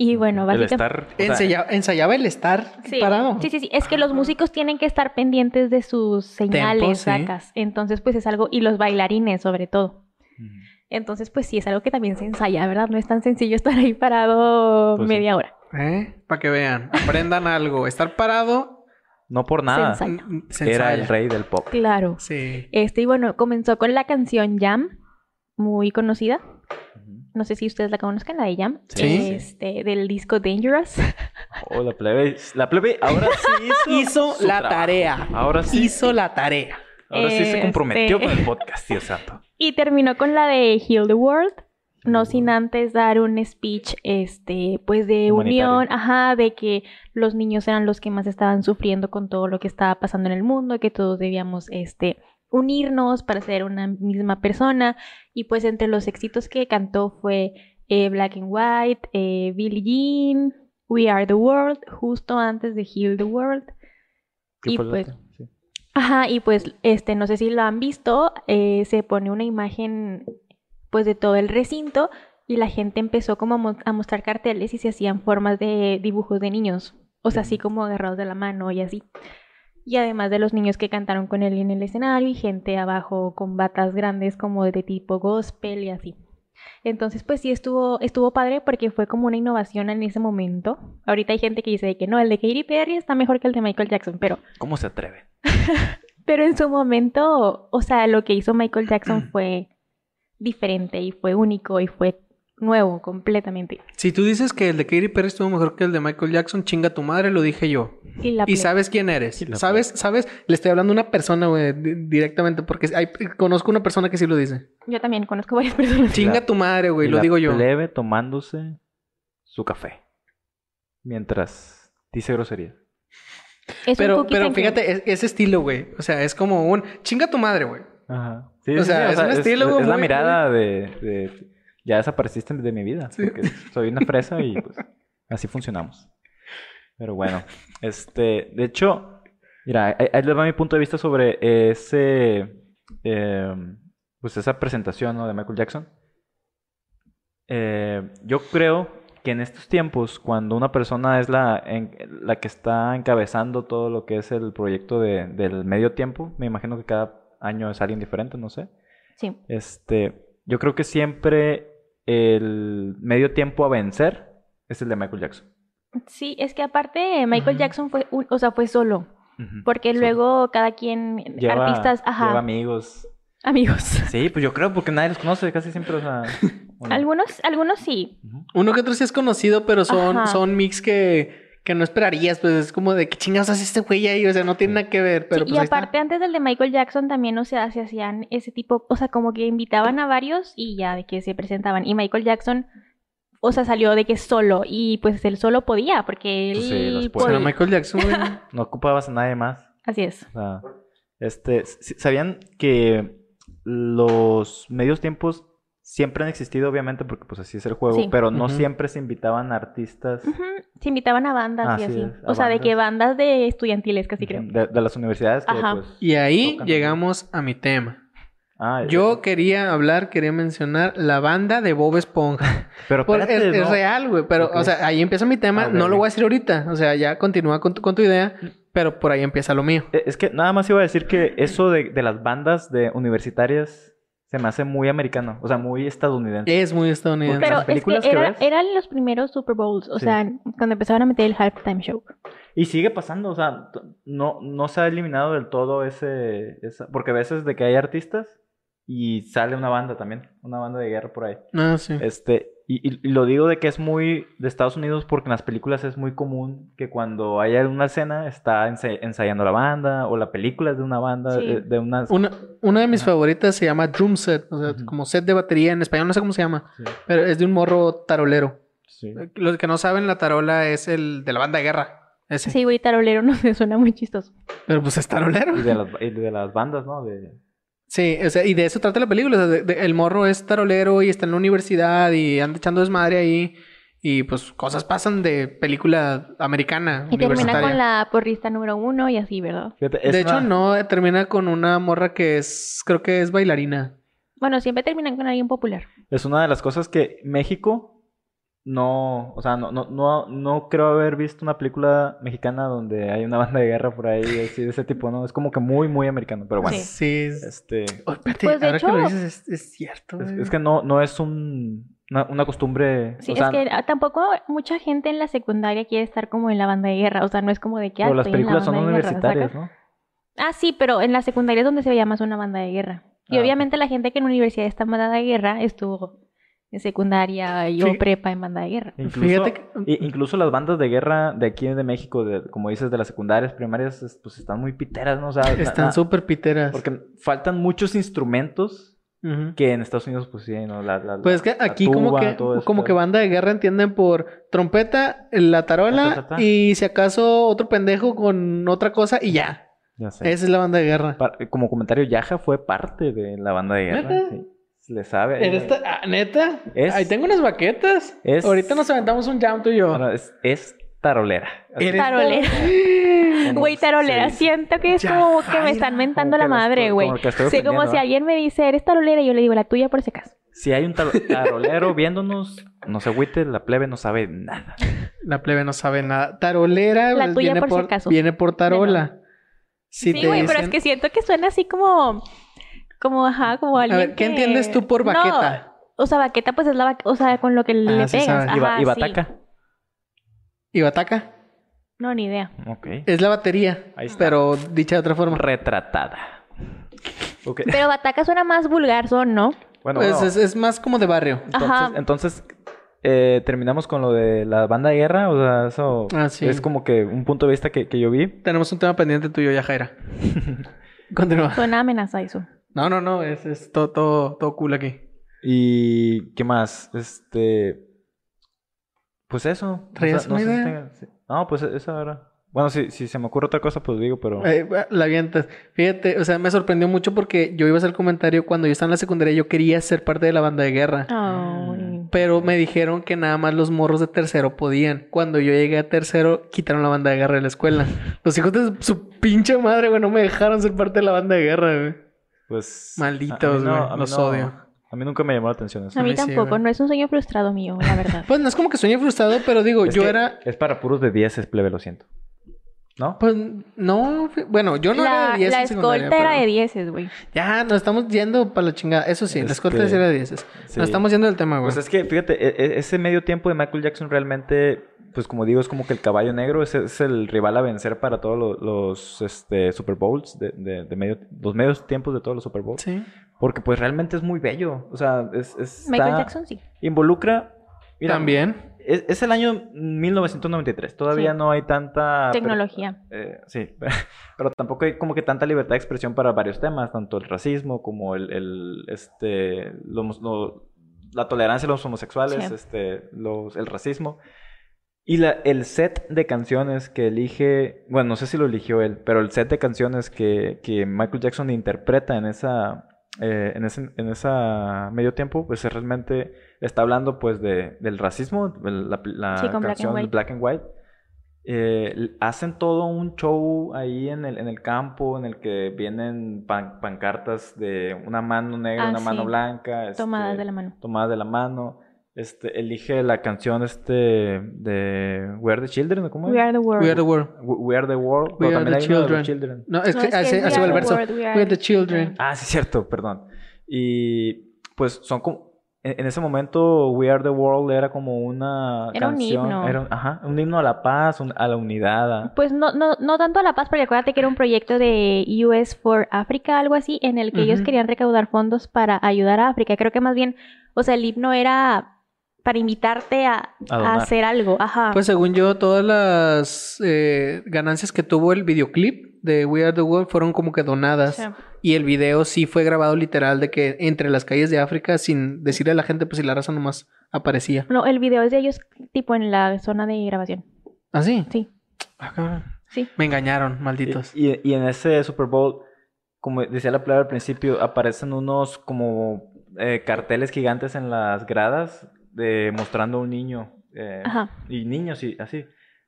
Speaker 2: Y bueno,
Speaker 3: El
Speaker 2: básicamente...
Speaker 3: estar. o sea,
Speaker 1: Ensaya- ensayaba el estar
Speaker 2: Sí,
Speaker 1: parado.
Speaker 2: sí, sí, sí. Es que los músicos tienen que estar pendientes de sus señales,
Speaker 1: Tempos, sí.
Speaker 2: sacas. Entonces, pues es algo, y los bailarines sobre todo.
Speaker 3: Ujú.
Speaker 2: Entonces, pues sí, es algo que también se ensaya, ¿verdad? No es tan sencillo estar ahí parado
Speaker 3: Pues sí.
Speaker 2: media hora.
Speaker 1: ¿Eh? Para que vean, aprendan algo. Estar parado
Speaker 3: No por nada.
Speaker 2: Sensación. Ensaya.
Speaker 1: mm, se ensaya.
Speaker 3: Era el rey del pop.
Speaker 2: Claro.
Speaker 1: Sí.
Speaker 2: Este, y bueno, comenzó con la canción Jam, muy conocida.
Speaker 3: Ujú.
Speaker 2: No sé si ustedes la conozcan, la de Jam.
Speaker 1: Sí. Sí.
Speaker 2: Este, del disco Dangerous.
Speaker 3: Oh, la plebe. La plebe ahora sí hizo.
Speaker 1: Hizo
Speaker 3: su
Speaker 1: la
Speaker 3: trabajo.
Speaker 1: tarea.
Speaker 3: Ahora sí.
Speaker 1: Hizo la tarea.
Speaker 3: Ahora sí se comprometió
Speaker 2: Este.
Speaker 3: con el podcast, Dios santo.
Speaker 2: Y terminó con la de Heal the World. No sin antes dar un speech, este, pues de
Speaker 3: Humanitario.
Speaker 2: unión, ajá, de que los niños eran los que más estaban sufriendo con todo lo que estaba pasando en el mundo, que todos debíamos, este, unirnos para ser una misma persona. Y pues entre los éxitos que cantó fue eh, Black and White, eh, Billie Jean, We Are the World, justo antes de Heal the World.
Speaker 3: ¿Qué
Speaker 2: Y
Speaker 3: fue la
Speaker 2: pues-
Speaker 3: otra? Sí.
Speaker 2: Ajá, y pues, este, no sé si lo han visto, eh, se pone una imagen, pues, de todo el recinto y la gente empezó como a, mo- a mostrar carteles y se hacían formas de dibujos de niños, o sea, así como agarrados de la mano y así. Y además de los niños que cantaron con él en el escenario y gente abajo con batas grandes como de tipo gospel y así. Entonces, pues sí estuvo, estuvo padre porque fue como una innovación en ese momento. Ahorita hay gente que dice de que no, el de Katy Perry está mejor que el de Michael Jackson, pero
Speaker 3: ¿Cómo se atreve?
Speaker 2: pero en su momento, o sea, lo que hizo Michael Jackson fue diferente y fue único y fue nuevo completamente.
Speaker 1: Si tú dices que el de Katy Perry estuvo mejor que el de Michael Jackson, chinga tu madre, lo dije yo.
Speaker 2: Y la
Speaker 1: Y
Speaker 2: ple-
Speaker 1: sabes quién eres.
Speaker 3: Y la
Speaker 1: Sabes, sabes, le estoy hablando a una persona, güey, di- directamente, porque hay- conozco una persona que sí lo dice.
Speaker 2: yo también conozco varias personas.
Speaker 1: Chinga
Speaker 3: la-
Speaker 1: tu madre, güey,
Speaker 3: Y
Speaker 1: lo
Speaker 3: la
Speaker 1: digo yo.
Speaker 3: plebe tomándose su café. Mientras dice grosería.
Speaker 2: Es un
Speaker 1: Pero,
Speaker 2: cookie
Speaker 1: pero
Speaker 2: and cream.
Speaker 1: fíjate, es- ese estilo, güey. O sea, es como un chinga tu madre, güey.
Speaker 3: Ajá.
Speaker 1: O sea, es un estilo
Speaker 3: Es, la
Speaker 1: muy-
Speaker 3: mirada de, de- Ya desapareciste de mi vida.
Speaker 1: Sí.
Speaker 3: Porque soy una fresa y pues así funcionamos. Pero bueno, este. De hecho, mira, ahí, ahí les va mi punto de vista sobre ese. eh, pues esa presentación ¿no? de Michael Jackson. Eh, yo creo que en estos tiempos, cuando una persona es la, en- la que está encabezando todo lo que es el proyecto de- del medio tiempo, me imagino que cada año es alguien diferente, no sé.
Speaker 2: Sí,
Speaker 3: Este, yo creo que siempre el medio tiempo a vencer es el de Michael Jackson.
Speaker 2: sí, es que aparte Michael
Speaker 1: Ujú.
Speaker 2: Jackson fue, un- o sea, fue solo,
Speaker 3: Ujú.
Speaker 2: porque
Speaker 3: Sí.
Speaker 2: luego cada quien,
Speaker 3: Lleva-
Speaker 2: artistas, ajá,
Speaker 3: lleva amigos.
Speaker 2: amigos.
Speaker 3: Sí, pues yo creo porque nadie los conoce casi siempre, o sea, bueno.
Speaker 2: Algunos, algunos sí.
Speaker 3: Ujú.
Speaker 1: Uno que otro sí es conocido, pero son,
Speaker 2: Ajá.
Speaker 1: son mix que, que no esperarías. Pues es como de que chingados hace este güey ahí. O sea, no tiene nada que ver. Pero
Speaker 2: Sí,
Speaker 1: pues
Speaker 2: y
Speaker 1: ahí está.
Speaker 2: aparte antes del de Michael Jackson también, o sea, se hacían ese tipo, o sea, como que invitaban a varios y ya de que se presentaban. Y Michael Jackson, o sea, salió de que solo y pues él solo podía porque él
Speaker 3: Pues sí, los
Speaker 1: O
Speaker 3: puede.
Speaker 2: podía.
Speaker 1: sea, Michael Jackson, güey.
Speaker 3: No ocupabas a nadie más.
Speaker 2: Así es.
Speaker 3: O sea, este, s- ¿sabían que los medios tiempos siempre han existido, obviamente, porque pues así es el juego,
Speaker 2: Sí.
Speaker 3: pero no
Speaker 1: Ujú.
Speaker 3: siempre se invitaban artistas
Speaker 2: Ujú, Se invitaban a bandas y
Speaker 3: Así
Speaker 2: así.
Speaker 3: es, a
Speaker 2: o sea, de
Speaker 3: bandas.
Speaker 2: que bandas de estudiantiles casi creo.
Speaker 3: de, de las universidades que
Speaker 2: Ajá.
Speaker 3: pues...
Speaker 1: y ahí
Speaker 3: Tocan.
Speaker 1: llegamos a mi tema.
Speaker 3: Ah,
Speaker 1: Yo quería hablar, quería mencionar la banda de Bob Esponja.
Speaker 3: Pero
Speaker 1: Por-
Speaker 3: espérate,
Speaker 1: pues, es, es
Speaker 3: no.
Speaker 1: real, güey. Pero,
Speaker 3: Ok.
Speaker 1: o sea, ahí empieza mi tema.
Speaker 3: Ah, ok,
Speaker 1: no lo
Speaker 3: ok. Mm.
Speaker 1: voy a decir ahorita. O sea, ya continúa con tu, con tu idea. Pero por ahí empieza lo mío.
Speaker 3: Eh, Es que nada más iba a decir que eso de, de las bandas de universitarias se me hace muy americano, o sea, muy estadounidense.
Speaker 1: Es muy estadounidense.
Speaker 2: Pero
Speaker 3: las
Speaker 2: es que,
Speaker 3: películas que
Speaker 2: era-
Speaker 3: ves.
Speaker 2: eran los primeros Super Bowls, o
Speaker 3: Sí.
Speaker 2: sea, cuando empezaron a meter el halftime show.
Speaker 3: Y sigue pasando, o sea, t- no, no se ha eliminado del todo ese, esa- porque a veces de que hay artistas y sale una banda también, una banda de guerra por ahí.
Speaker 1: No, sí.
Speaker 3: Este, y, y- y lo digo de que es muy de Estados Unidos porque en las películas es muy común que cuando hay alguna escena está ense- ensayando la banda o la película es de una banda, eh,
Speaker 2: Sí.
Speaker 3: de, de una...
Speaker 1: Una, una de mis
Speaker 3: Ajá.
Speaker 1: favoritas se llama Drum Set. O sea,
Speaker 3: Ujú.
Speaker 1: como set de batería. En español no sé cómo se llama.
Speaker 3: Sí.
Speaker 1: Pero es de un morro tarolero.
Speaker 3: Sí.
Speaker 1: Los que no saben, la tarola es el de la banda de guerra. Ese.
Speaker 2: Sí, güey, tarolero no sé, suena muy chistoso.
Speaker 1: Pero pues es tarolero.
Speaker 3: Y de las, y de las bandas, ¿no? De...
Speaker 1: Sí, o sea, y de eso trata la película. o sea, de- de- el morro es tarolero y está en la universidad y anda echando desmadre ahí. Y pues cosas pasan de película americana.
Speaker 2: Y termina
Speaker 1: universitaria.
Speaker 2: con la porrista número uno y así, ¿verdad?
Speaker 3: Fíjate, es
Speaker 1: De hecho,
Speaker 3: una-
Speaker 1: no, eh, termina con una morra que es, creo que es bailarina.
Speaker 2: Bueno, siempre terminan con alguien popular.
Speaker 3: Es una de las cosas que México no, o sea, no, no, no, no creo haber visto una película mexicana donde hay una banda de guerra por ahí, así de ese tipo, ¿no? Es como que muy, muy americano, pero bueno.
Speaker 2: Sí.
Speaker 1: Sí. es-
Speaker 3: Este,
Speaker 1: Oh, espérate,
Speaker 2: Pues, de
Speaker 1: ahora que lo
Speaker 2: hecho-
Speaker 1: dices, es, es cierto.
Speaker 3: es,
Speaker 1: güey.
Speaker 3: es que no, no es un, una, una costumbre.
Speaker 2: Sí,
Speaker 3: o sea,
Speaker 2: es que ah, tampoco mucha gente en la secundaria quiere estar como en la banda de guerra. O sea, no es como de que... ah,
Speaker 3: pero las
Speaker 2: estoy en la
Speaker 3: películas son
Speaker 2: banda de guerra,
Speaker 3: universitarias,
Speaker 2: ¿sacas?
Speaker 3: ¿no?
Speaker 2: Ah, sí, pero en la secundaria es donde se veía más una banda de guerra. Y
Speaker 3: Ah,
Speaker 2: obviamente la gente que en la universidad está en banda de guerra estuvo en secundaria y
Speaker 1: Sí.
Speaker 2: o prepa en banda de guerra.
Speaker 3: Incluso,
Speaker 1: Pues Fíjate que-
Speaker 3: i- incluso las bandas de guerra de aquí de México, de, como dices, de las secundarias, primarias, es- pues están muy piteras, ¿no? O sea, na-
Speaker 1: Están
Speaker 3: na-
Speaker 1: súper piteras.
Speaker 3: ah, Porque faltan muchos instrumentos
Speaker 1: Ujú.
Speaker 3: que en Estados Unidos, pues sí, ¿no? La, la-
Speaker 1: Pues es que
Speaker 3: la
Speaker 1: aquí como
Speaker 3: tuba,
Speaker 1: que
Speaker 3: todo eso,
Speaker 1: como que
Speaker 3: pero-
Speaker 1: banda de guerra entienden por trompeta, la tarola
Speaker 3: Ta, ta, ta, ta.
Speaker 1: y si acaso otro pendejo con otra cosa y ya.
Speaker 3: Ya sé.
Speaker 1: Esa es la banda de guerra.
Speaker 3: Pa- Como comentario, Yaja fue parte de la banda de guerra.
Speaker 1: ¿Neta?
Speaker 3: sí. Se Le sabe.
Speaker 1: En esta- ah, ¿Neta?
Speaker 3: eh, Es-
Speaker 1: Ahí tengo unas baquetas.
Speaker 3: Es-
Speaker 1: Ahorita nos aventamos un jam tú y yo.
Speaker 3: Bueno, es, es tarolera. Así
Speaker 1: Eres-
Speaker 2: Tarolera.
Speaker 3: como
Speaker 2: Güey, tarolera,
Speaker 3: se dice.
Speaker 2: siento que es
Speaker 1: Ya,
Speaker 2: como que me
Speaker 1: Jaira,
Speaker 2: están mentando
Speaker 3: como
Speaker 2: la
Speaker 3: que la
Speaker 2: madre,
Speaker 3: estoy-
Speaker 2: güey.
Speaker 3: como que la estoy
Speaker 2: Sí, como
Speaker 3: ofendiendo,
Speaker 2: si
Speaker 3: ¿eh?
Speaker 2: alguien me dice, eres tarolera, y yo le digo, la tuya por si acaso.
Speaker 3: Si hay un taro- tarolero viéndonos, no se agüite, la plebe no sabe nada.
Speaker 1: La plebe no sabe nada. Tarolera
Speaker 2: La
Speaker 1: pues,
Speaker 2: tuya
Speaker 1: viene
Speaker 2: por si
Speaker 1: por,
Speaker 2: acaso.
Speaker 1: viene por tarola. Si
Speaker 2: Sí,
Speaker 1: te
Speaker 2: güey, pero es
Speaker 1: dicen-
Speaker 2: que siento que suena así como. Como, ajá, como
Speaker 1: A
Speaker 2: alguien.
Speaker 1: ver, ¿qué
Speaker 2: que-
Speaker 1: entiendes tú por
Speaker 2: No,
Speaker 1: baqueta?
Speaker 2: o sea, baqueta, pues es la baqueta. O sea, con lo que le
Speaker 1: sí
Speaker 2: pegas.
Speaker 1: sabes.
Speaker 3: Y, ba-
Speaker 2: Ajá,
Speaker 3: y
Speaker 2: sí.
Speaker 3: bataca.
Speaker 1: ¿Y bataca?
Speaker 2: No, ni idea.
Speaker 3: Ok.
Speaker 1: Es la batería,
Speaker 3: Ahí está.
Speaker 1: pero dicha de otra forma.
Speaker 3: Retratada. Ok.
Speaker 2: Pero bataca suena más vulgar, son, ¿no?
Speaker 3: Bueno,
Speaker 1: Pues,
Speaker 3: bueno,
Speaker 1: es, es más como de barrio.
Speaker 3: entonces,
Speaker 2: Ajá.
Speaker 3: entonces, eh, terminamos con lo de la banda de guerra. O sea, eso
Speaker 1: Ah, sí.
Speaker 3: es como que un punto de vista que, que yo vi.
Speaker 1: Tenemos un tema pendiente tuyo ya, Jaira. Continúa.
Speaker 2: Suena amenaza eso.
Speaker 1: No, no, no, es, es todo, todo, todo cool aquí.
Speaker 3: ¿Y qué más? Este. Pues eso. O
Speaker 1: ¿Traías
Speaker 3: sea, no
Speaker 1: una
Speaker 3: sé si
Speaker 1: idea?
Speaker 3: tengan- sí. No, pues esa era. Bueno, si, si se me ocurre otra cosa, pues digo, pero.
Speaker 1: Eh, la avientas. Fíjate, o sea, me sorprendió mucho porque yo iba a hacer el comentario cuando yo estaba en la secundaria, yo quería ser parte de la banda de guerra.
Speaker 2: Ah. Ay.
Speaker 1: Pero me dijeron que nada más los morros de tercero podían. Cuando yo llegué a tercero, quitaron la banda de guerra de la escuela. Los hijos de su pinche madre, güey, no me dejaron ser parte de la banda de guerra, güey.
Speaker 3: Pues.
Speaker 1: Malditos,
Speaker 3: a- a mí no-
Speaker 1: güey,
Speaker 3: a mí
Speaker 1: los
Speaker 3: no-
Speaker 1: odio.
Speaker 3: A pues, mí nunca me llamó la atención eso.
Speaker 2: A
Speaker 1: Sí,
Speaker 2: mí
Speaker 1: sí,
Speaker 2: tampoco,
Speaker 1: güey.
Speaker 2: no es un sueño frustrado mío, la verdad.
Speaker 1: Pues no es como que sueñe frustrado, pero digo,
Speaker 3: Es
Speaker 1: yo
Speaker 3: que
Speaker 1: era.
Speaker 3: Es para puros de 10, es plebe, lo siento. ¿No?
Speaker 1: Pues no, fui- bueno, yo no era
Speaker 2: la
Speaker 1: de 10.
Speaker 2: la
Speaker 1: en secundaria,
Speaker 2: escolta era
Speaker 1: pero-
Speaker 2: de dieces, güey.
Speaker 1: Ya, nos estamos yendo para la chingada. Eso sí, la escolta
Speaker 3: Este,
Speaker 1: sí era de 10.
Speaker 3: sí.
Speaker 1: Nos estamos yendo del
Speaker 2: Ah,
Speaker 1: tema, güey.
Speaker 3: Pues es que, fíjate, e- e- ese medio tiempo de Michael Jackson realmente, pues como digo, es como que el caballo negro es, es el rival a vencer para todos lo- los, este, Super Bowls, de, de- de medio, los medios tiempos de todos los Super Bowls.
Speaker 1: Sí.
Speaker 3: Porque pues realmente es muy bello. O sea, es, es-
Speaker 2: Michael
Speaker 3: está- Ah,
Speaker 2: Jackson sí.
Speaker 3: Involucra... mira,
Speaker 1: También.
Speaker 3: Es, es el año 1993. Todavía
Speaker 2: Sí.
Speaker 3: no hay tanta...
Speaker 2: Tecnología.
Speaker 3: eh, sí, pero tampoco hay como que tanta libertad de expresión para varios temas, tanto el racismo como el, el, este, lo homo- lo- la tolerancia a los homosexuales,
Speaker 2: Sí.
Speaker 3: este, los, el racismo. Y la, el set de canciones que elige, bueno, no sé si lo eligió él, pero el set de canciones que, que Michael Jackson interpreta en esa, eh, en ese, en esa medio tiempo, pues es realmente está hablando pues de, del racismo, el- la, la
Speaker 2: Sí, con Black and
Speaker 3: canción
Speaker 2: White.
Speaker 3: Black and White. Eh, l- hacen todo un show ahí en el, en el campo en el que vienen pan- pancartas de una mano negra,
Speaker 2: Ah,
Speaker 3: una mano
Speaker 2: sí.
Speaker 3: blanca. este,
Speaker 2: Tomadas de la mano.
Speaker 3: tomadas de la mano. Este, elige la canción este de We Are the Children, ¿o ¿cómo es?
Speaker 2: We are the world.
Speaker 1: We are the world.
Speaker 3: We- We Are the World.
Speaker 1: We
Speaker 3: pero
Speaker 1: Are
Speaker 3: también
Speaker 1: the
Speaker 3: hay uno de
Speaker 1: Children.
Speaker 3: los Children.
Speaker 1: No, es
Speaker 2: No,
Speaker 1: que
Speaker 2: es que
Speaker 1: así,
Speaker 2: es
Speaker 1: así
Speaker 2: We
Speaker 1: va el
Speaker 2: Are the
Speaker 1: verso.
Speaker 2: World, We
Speaker 1: We
Speaker 2: Are
Speaker 1: are the
Speaker 2: the
Speaker 1: children.
Speaker 2: Children.
Speaker 3: Ah, sí, cierto, perdón. Y pues son como. En en ese momento, We Are the World era como una
Speaker 2: Era un
Speaker 3: canción.
Speaker 2: himno.
Speaker 3: Era un, ajá, un himno a la paz, un- a la unidad. a-
Speaker 2: Pues no, no, no tanto a La Paz, porque acuérdate que era un proyecto de US for Africa, algo así, en el que ellos
Speaker 1: Ujú.
Speaker 2: querían recaudar fondos para ayudar a África. Creo que más bien, o sea, el himno era para invitarte a,
Speaker 3: A
Speaker 2: a
Speaker 3: donar.
Speaker 2: hacer algo. Ajá.
Speaker 1: Pues según yo, todas las eh, ganancias que tuvo el videoclip de We Are the World fueron como que donadas.
Speaker 2: Sí.
Speaker 1: Y el video sí fue grabado literal de que entre las calles de África sin decirle a la gente, pues si la raza nomás aparecía.
Speaker 2: No, el video es de ellos tipo en la zona de grabación.
Speaker 1: ¿Ah, sí?
Speaker 2: Sí,
Speaker 1: Ah, cabrón.
Speaker 2: sí.
Speaker 1: Me engañaron, malditos.
Speaker 3: Y, y- y en ese Super Bowl, como decía la palabra al principio, aparecen unos como eh, carteles gigantes en las gradas de, mostrando a un niño. eh,
Speaker 2: Ajá.
Speaker 3: y niños y así.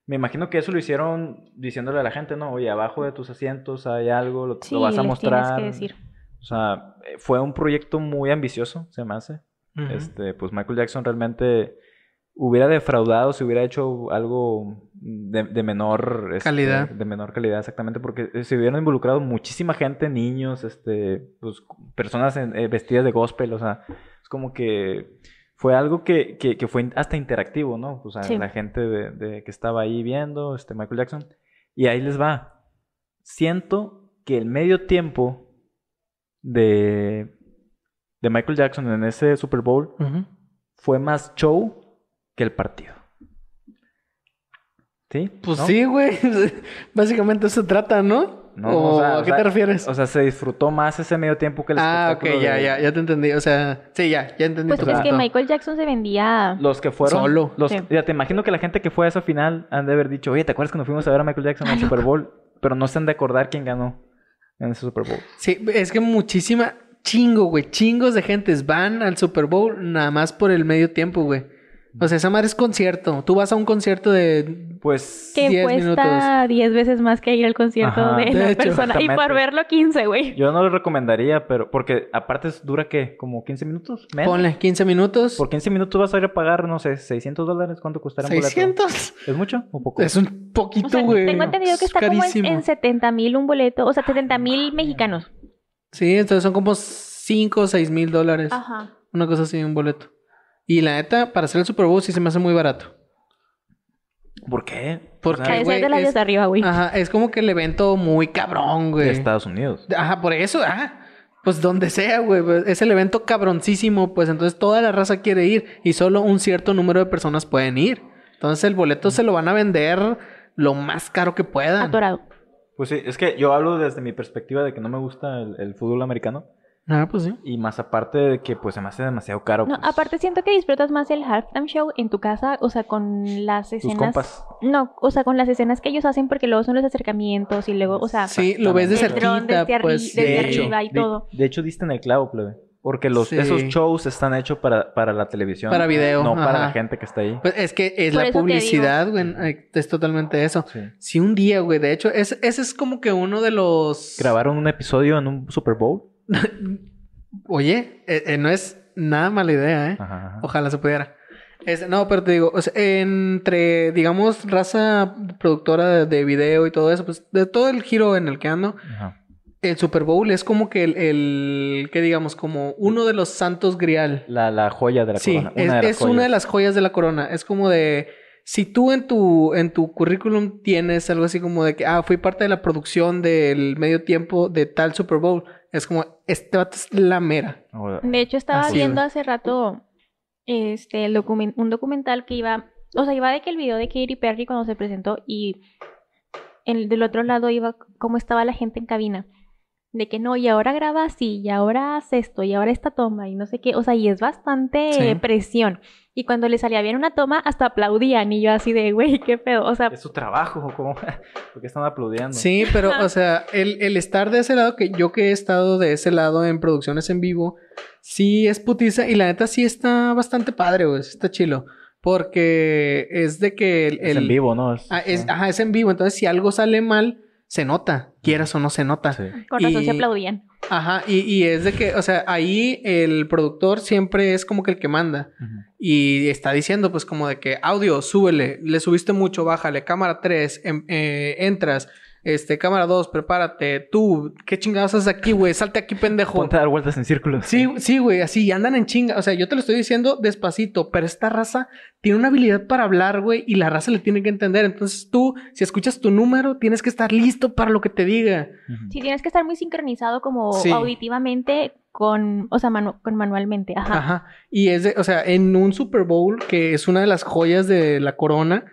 Speaker 3: Me imagino que eso lo hicieron diciéndole a la gente, ¿no? Oye, abajo de tus asientos hay algo, lo, lo
Speaker 2: Sí,
Speaker 3: vas a
Speaker 2: les tienes
Speaker 3: mostrar.
Speaker 2: que decir.
Speaker 3: O sea, eh, fue un proyecto muy ambicioso, se me hace.
Speaker 1: Ujú.
Speaker 3: Este, pues Michael Jackson realmente hubiera defraudado si hubiera hecho algo de, de menor este,
Speaker 1: Calidad.
Speaker 3: De menor calidad, exactamente, porque eh, se hubieran involucrado muchísima gente, niños, este, pues, personas en- eh, vestidas de gospel, o sea, es como que fue algo que, que- que fue hasta interactivo, ¿no? O sea,
Speaker 2: Sí.
Speaker 3: la gente de, de que estaba ahí viendo, este, Michael Jackson, y ahí les va. Siento que el medio tiempo de, de Michael Jackson en ese Super Bowl
Speaker 1: Ujú.
Speaker 3: fue más show que el partido. ¿Sí?
Speaker 1: Pues
Speaker 3: ¿No?
Speaker 1: sí, güey. Básicamente eso trata, ¿no?
Speaker 3: No,
Speaker 1: ¿O
Speaker 3: o sea,
Speaker 1: ¿A
Speaker 3: o
Speaker 1: qué
Speaker 3: sea,
Speaker 1: te refieres?
Speaker 3: O sea, se disfrutó más ese medio tiempo que el
Speaker 1: ah, ok,
Speaker 3: espectáculo.
Speaker 1: ya,
Speaker 3: de-
Speaker 1: ya, ya te entendí. O sea, sí, ya, ya entendí.
Speaker 2: Pues
Speaker 1: tu
Speaker 3: sea,
Speaker 2: es que
Speaker 1: punto.
Speaker 2: Michael Jackson se vendía.
Speaker 3: Los que fueron.
Speaker 1: Solo.
Speaker 3: los-
Speaker 2: Sí.
Speaker 3: Ya te imagino que la gente que fue a esa final han de haber dicho, oye, ¿te acuerdas cuando fuimos a ver a Michael Jackson en el Super Bowl? Pero no se han de acordar quién ganó en ese Super Bowl.
Speaker 1: Sí, es que muchísima, chingo, güey, chingos de gentes van al Super Bowl nada más por el medio tiempo, güey. O sea, esa madre es concierto. Tú vas a un concierto de...
Speaker 3: Pues.
Speaker 2: Que
Speaker 1: 10
Speaker 2: cuesta 10 veces más que ir al concierto
Speaker 3: Ajá,
Speaker 2: de,
Speaker 1: de
Speaker 2: la
Speaker 1: hecho,
Speaker 2: persona. Y por
Speaker 3: exactamente.
Speaker 2: verlo 15, güey.
Speaker 3: Yo no lo recomendaría, pero. Porque aparte es- dura, ¿qué? ¿Como 15 minutos? ¿Menos?
Speaker 1: Ponle 15 minutos.
Speaker 3: Por 15 minutos vas a ir a pagar, no sé, 600 dólares. ¿Cuánto costará un boleto?
Speaker 1: 600.
Speaker 3: ¿Es mucho o poco?
Speaker 1: Es un
Speaker 2: O
Speaker 1: poquito,
Speaker 2: sea,
Speaker 1: güey.
Speaker 2: tengo entendido que
Speaker 1: Es
Speaker 2: está
Speaker 1: carísimo. Ah,
Speaker 2: como en- en, 70 mil un boleto. O sea, 70 mil mexicanos.
Speaker 1: Sí, entonces son como 5 o 6 mil dólares.
Speaker 2: Ajá.
Speaker 1: Una cosa así, un boleto. Y la neta, para hacer el Super Bowl sí se me hace muy barato.
Speaker 3: ¿Por qué?
Speaker 1: Porque-
Speaker 3: O
Speaker 2: A
Speaker 3: sea,
Speaker 1: Ay,
Speaker 2: veces de
Speaker 1: güey,
Speaker 2: las
Speaker 1: es-
Speaker 2: de arriba, güey.
Speaker 1: Ajá, es como que el evento muy cabrón, güey.
Speaker 3: de Estados Unidos.
Speaker 1: Ajá, por eso, ajá. Pues donde sea, güey. pues, Es el evento cabroncísimo, pues entonces toda la raza quiere ir y solo un cierto número de personas pueden ir. Entonces el boleto se lo van a vender lo más caro que puedan.
Speaker 2: Atorado.
Speaker 3: Pues sí, es que yo hablo desde mi perspectiva de que no me gusta el, el fútbol americano.
Speaker 1: Ah, pues sí.
Speaker 3: Y más aparte de que pues se me hace demasiado caro.
Speaker 2: No,
Speaker 3: pues,
Speaker 2: aparte siento que disfrutas más el halftime show en tu casa, o sea, con las
Speaker 3: tus
Speaker 2: escenas.
Speaker 3: compas.
Speaker 2: No, o sea, con las escenas que ellos hacen porque luego son los acercamientos y luego, o sea,
Speaker 1: Sí, lo ves de
Speaker 2: Ah, el dron
Speaker 1: cerquita,
Speaker 2: desde arri-
Speaker 1: pues.
Speaker 2: desde
Speaker 1: de hecho,
Speaker 2: arriba. y
Speaker 3: de-
Speaker 2: todo.
Speaker 3: De, hecho, diste en el clavo, plebe. Porque los,
Speaker 1: Sí.
Speaker 3: esos shows están hechos para, para la televisión.
Speaker 1: Para video,
Speaker 3: No para
Speaker 1: ajá.
Speaker 3: la gente que está ahí.
Speaker 1: Pues es que es
Speaker 2: Por
Speaker 1: la
Speaker 2: eso te
Speaker 1: publicidad, güey. eh, Es totalmente eso.
Speaker 3: Sí.
Speaker 1: Si un día, güey, de hecho, es- ese es como que uno de los...
Speaker 3: Grabaron un episodio en un Super Bowl.
Speaker 1: Oye, eh, eh, no es nada mala idea, ¿eh?
Speaker 3: Ajá, ajá.
Speaker 1: Ojalá se pudiera. Este, no, pero te digo, o sea, entre, digamos, raza productora de, de video y todo eso, pues de todo el giro en el que ando,
Speaker 3: Ajá.
Speaker 1: el Super Bowl es como que el, el que digamos, como uno de los santos grial.
Speaker 3: La, la joya de la
Speaker 1: sí,
Speaker 3: corona.
Speaker 1: es,
Speaker 3: una de las
Speaker 1: es una de
Speaker 3: joyas.
Speaker 1: las joyas de la corona. Es como de, si tú en tu, en tu currículum tienes algo así como de que, ah, fui parte de la producción del medio tiempo de tal Super Bowl, es como, este vato es la mera.
Speaker 3: Ahora,
Speaker 2: De hecho, estaba
Speaker 1: Así,
Speaker 2: viendo
Speaker 1: güey.
Speaker 2: hace rato este el documen- un documental que iba, o sea, iba de que el video de Katy Perry cuando se presentó y el, del otro lado iba cómo estaba la gente en cabina. De que no, y ahora graba así, y ahora haz esto, y ahora esta toma, y no sé qué. O sea, y es bastante
Speaker 1: Sí.
Speaker 2: eh, presión. Y cuando le salía bien una toma, hasta aplaudían, y yo así de, güey, qué pedo. O sea,
Speaker 3: Es su trabajo. ¿cómo? ¿Por qué están aplaudiendo?
Speaker 1: Sí, pero, o sea, el, el estar de ese lado, que yo que he estado de ese lado en producciones en vivo, sí es putiza y la neta sí está bastante padre, güey, sí está chilo. Porque es de que el...
Speaker 3: Es
Speaker 1: el-
Speaker 3: en vivo, ¿no? Es-
Speaker 1: Ah, es- ajá, es en vivo, entonces si algo sale mal, se nota, quieras o no se nota.
Speaker 3: Sí.
Speaker 2: con razón
Speaker 1: y-
Speaker 2: se aplaudían.
Speaker 1: Ajá, y, y es de que, o sea, ahí el productor siempre es como que el que manda.
Speaker 3: Ujú.
Speaker 1: Y está diciendo, pues, como de que audio, súbele, le subiste mucho, bájale, cámara 3, entras, este, cámara 2, prepárate, tú, ¿qué chingados haces aquí, güey? Salte aquí, pendejo.
Speaker 3: Ponte a dar vueltas en círculos.
Speaker 1: Sí, sí, güey, así y andan en chinga. O sea, yo te lo estoy diciendo despacito, pero esta raza tiene una habilidad para hablar, güey, y la raza le tiene que entender. Entonces tú, si escuchas tu número, tienes que estar listo para lo que te diga.
Speaker 3: Ujú.
Speaker 2: Sí, tienes que estar muy sincronizado como
Speaker 1: Sí.
Speaker 2: auditivamente con, o sea, manu- con manualmente. Ajá.
Speaker 1: Ajá. Y es de, o sea, en un Super Bowl, que es una de las joyas de la corona,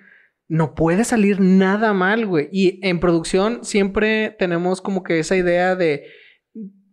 Speaker 1: no puede salir nada mal, güey. Y en producción siempre tenemos como que esa idea de,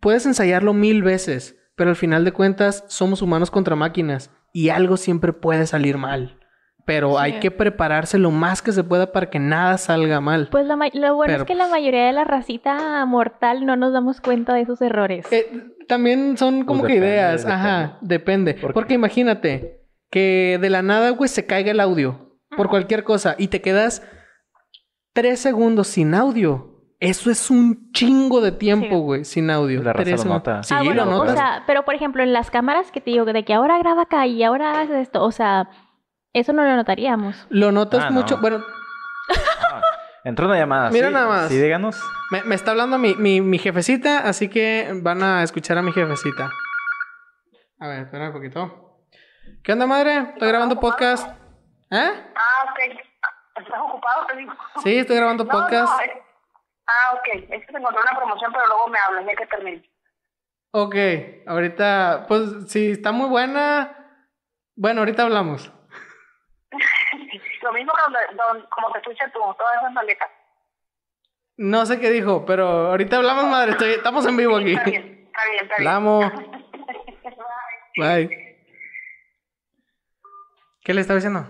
Speaker 1: puedes ensayarlo mil veces, pero al final de cuentas somos humanos contra máquinas. y algo siempre puede salir mal. Pero
Speaker 2: Sí.
Speaker 1: hay que prepararse lo más que se pueda para que nada salga mal.
Speaker 2: Pues la ma- lo bueno
Speaker 1: Pero-
Speaker 2: es que la mayoría de la racita mortal no nos damos cuenta de esos errores.
Speaker 1: Eh, también son como
Speaker 3: Pues
Speaker 1: que
Speaker 3: depende,
Speaker 1: ideas.
Speaker 3: depende.
Speaker 1: Ajá, depende.
Speaker 3: ¿Por qué?
Speaker 1: Porque imagínate que de la nada, güey, se caiga el audio por cualquier cosa y te quedas tres segundos sin audio. Eso es un chingo de tiempo,
Speaker 2: Sí.
Speaker 1: güey, sin audio.
Speaker 3: La raza
Speaker 1: Tres
Speaker 3: lo
Speaker 1: segundos.
Speaker 3: nota.
Speaker 1: Sí,
Speaker 2: ah, bueno,
Speaker 1: lo
Speaker 2: o
Speaker 1: notas.
Speaker 2: sea, pero por ejemplo, en las cámaras que te digo de que ahora graba acá y ahora hagas esto, o sea, eso no lo notaríamos.
Speaker 1: Lo notas
Speaker 3: Ah, no.
Speaker 1: mucho. Bueno,
Speaker 3: Ah, entró una llamada.
Speaker 1: Mira
Speaker 3: sí,
Speaker 1: nada más.
Speaker 3: Sí, díganos.
Speaker 1: me, me está hablando mi, mi, mi jefecita, así que van a escuchar a mi jefecita. A ver, espera un poquito. ¿Qué onda, madre? Estoy grabando podcast. ¿Eh?
Speaker 4: Ah, ok. ¿Estás ocupado? Te digo.
Speaker 1: Sí, estoy grabando
Speaker 4: No,
Speaker 1: podcast.
Speaker 4: no, es- Ah, ok. Es que te encontré una promoción, pero luego me hablas ya que termine.
Speaker 1: Ok, ahorita, pues si está muy buena, bueno, ahorita hablamos.
Speaker 4: Lo mismo que donde, don- como te escucha tú, todas esas maletas.
Speaker 1: No sé qué dijo, pero ahorita hablamos, madre, estoy- estamos en vivo aquí.
Speaker 4: Está bien, está bien, está bien.
Speaker 1: Hablamos, bye. ¿Qué le estaba diciendo?